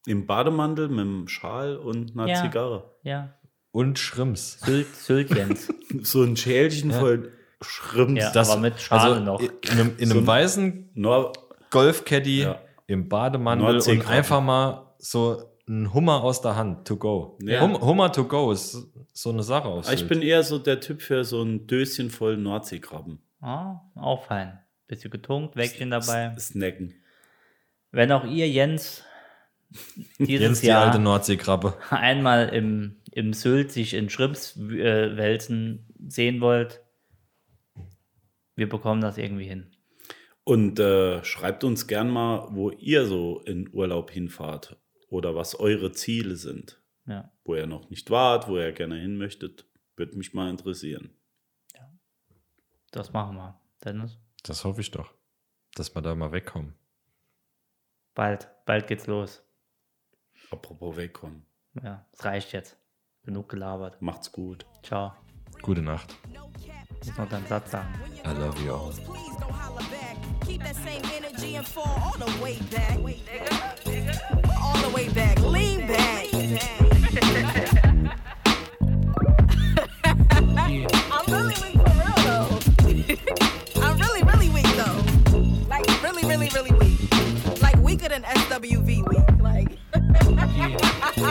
[SPEAKER 6] Im Bademantel, mit dem Schal und einer
[SPEAKER 5] Ja.
[SPEAKER 6] Zigarre. <laughs>
[SPEAKER 5] Ja.
[SPEAKER 4] und Schrimps.
[SPEAKER 5] Sylt, Sylt
[SPEAKER 4] <laughs>
[SPEAKER 5] Jens.
[SPEAKER 6] So ein Schälchen voll Schrimps.
[SPEAKER 5] Ja. aber mit
[SPEAKER 4] also
[SPEAKER 5] Schale noch.
[SPEAKER 4] In einem, in
[SPEAKER 6] So
[SPEAKER 4] einem
[SPEAKER 6] ein-
[SPEAKER 4] weißen
[SPEAKER 6] Nor
[SPEAKER 4] Golfcaddy
[SPEAKER 6] Ja.
[SPEAKER 4] im Bademantel
[SPEAKER 6] Nordsee
[SPEAKER 4] und
[SPEAKER 6] Krabben.
[SPEAKER 4] einfach mal so ein Hummer aus der Hand to go.
[SPEAKER 6] Ja.
[SPEAKER 4] Hum, Hummer to go ist so eine Sache aus.
[SPEAKER 6] Ah, ich
[SPEAKER 4] Sylt.
[SPEAKER 6] bin eher so der Typ für so ein Döschen voll Nordseekrabben.
[SPEAKER 5] Ah, auch fein. Bisschen getunkt, Wäckchen dabei.
[SPEAKER 6] S- Snacken.
[SPEAKER 5] Wenn auch ihr, Jens,
[SPEAKER 4] <laughs>
[SPEAKER 5] dieses
[SPEAKER 4] Jens die
[SPEAKER 5] Jahr <laughs>
[SPEAKER 4] alte Nordseekrabbe.
[SPEAKER 5] einmal im, im Sylt sich in Schrimps äh, wälzen sehen wollt, wir bekommen das irgendwie hin.
[SPEAKER 6] Und äh, schreibt uns gern mal, wo ihr so in Urlaub hinfahrt oder was eure Ziele sind,
[SPEAKER 5] Ja.
[SPEAKER 6] wo ihr noch nicht wart, wo ihr gerne hin möchtet. Würde mich mal interessieren.
[SPEAKER 5] Das machen wir. Dennis,
[SPEAKER 4] Das hoffe ich doch, dass wir da mal wegkommen.
[SPEAKER 5] bald, bald geht's los.
[SPEAKER 6] Apropos wegkommen.
[SPEAKER 5] Ja, es reicht jetzt. Genug gelabert.
[SPEAKER 6] Macht's gut.
[SPEAKER 5] Ciao.
[SPEAKER 4] Gute Nacht.
[SPEAKER 5] Muss noch deinen Satz sagen.
[SPEAKER 4] I love you all.
[SPEAKER 3] Please don't holler back. Keep that same energy and fall all the way back. All the way back. Lean back. I'm really weak for real though. I'm really, really weak though. Like really, really, really weak. Like weaker than SWV weak. Like.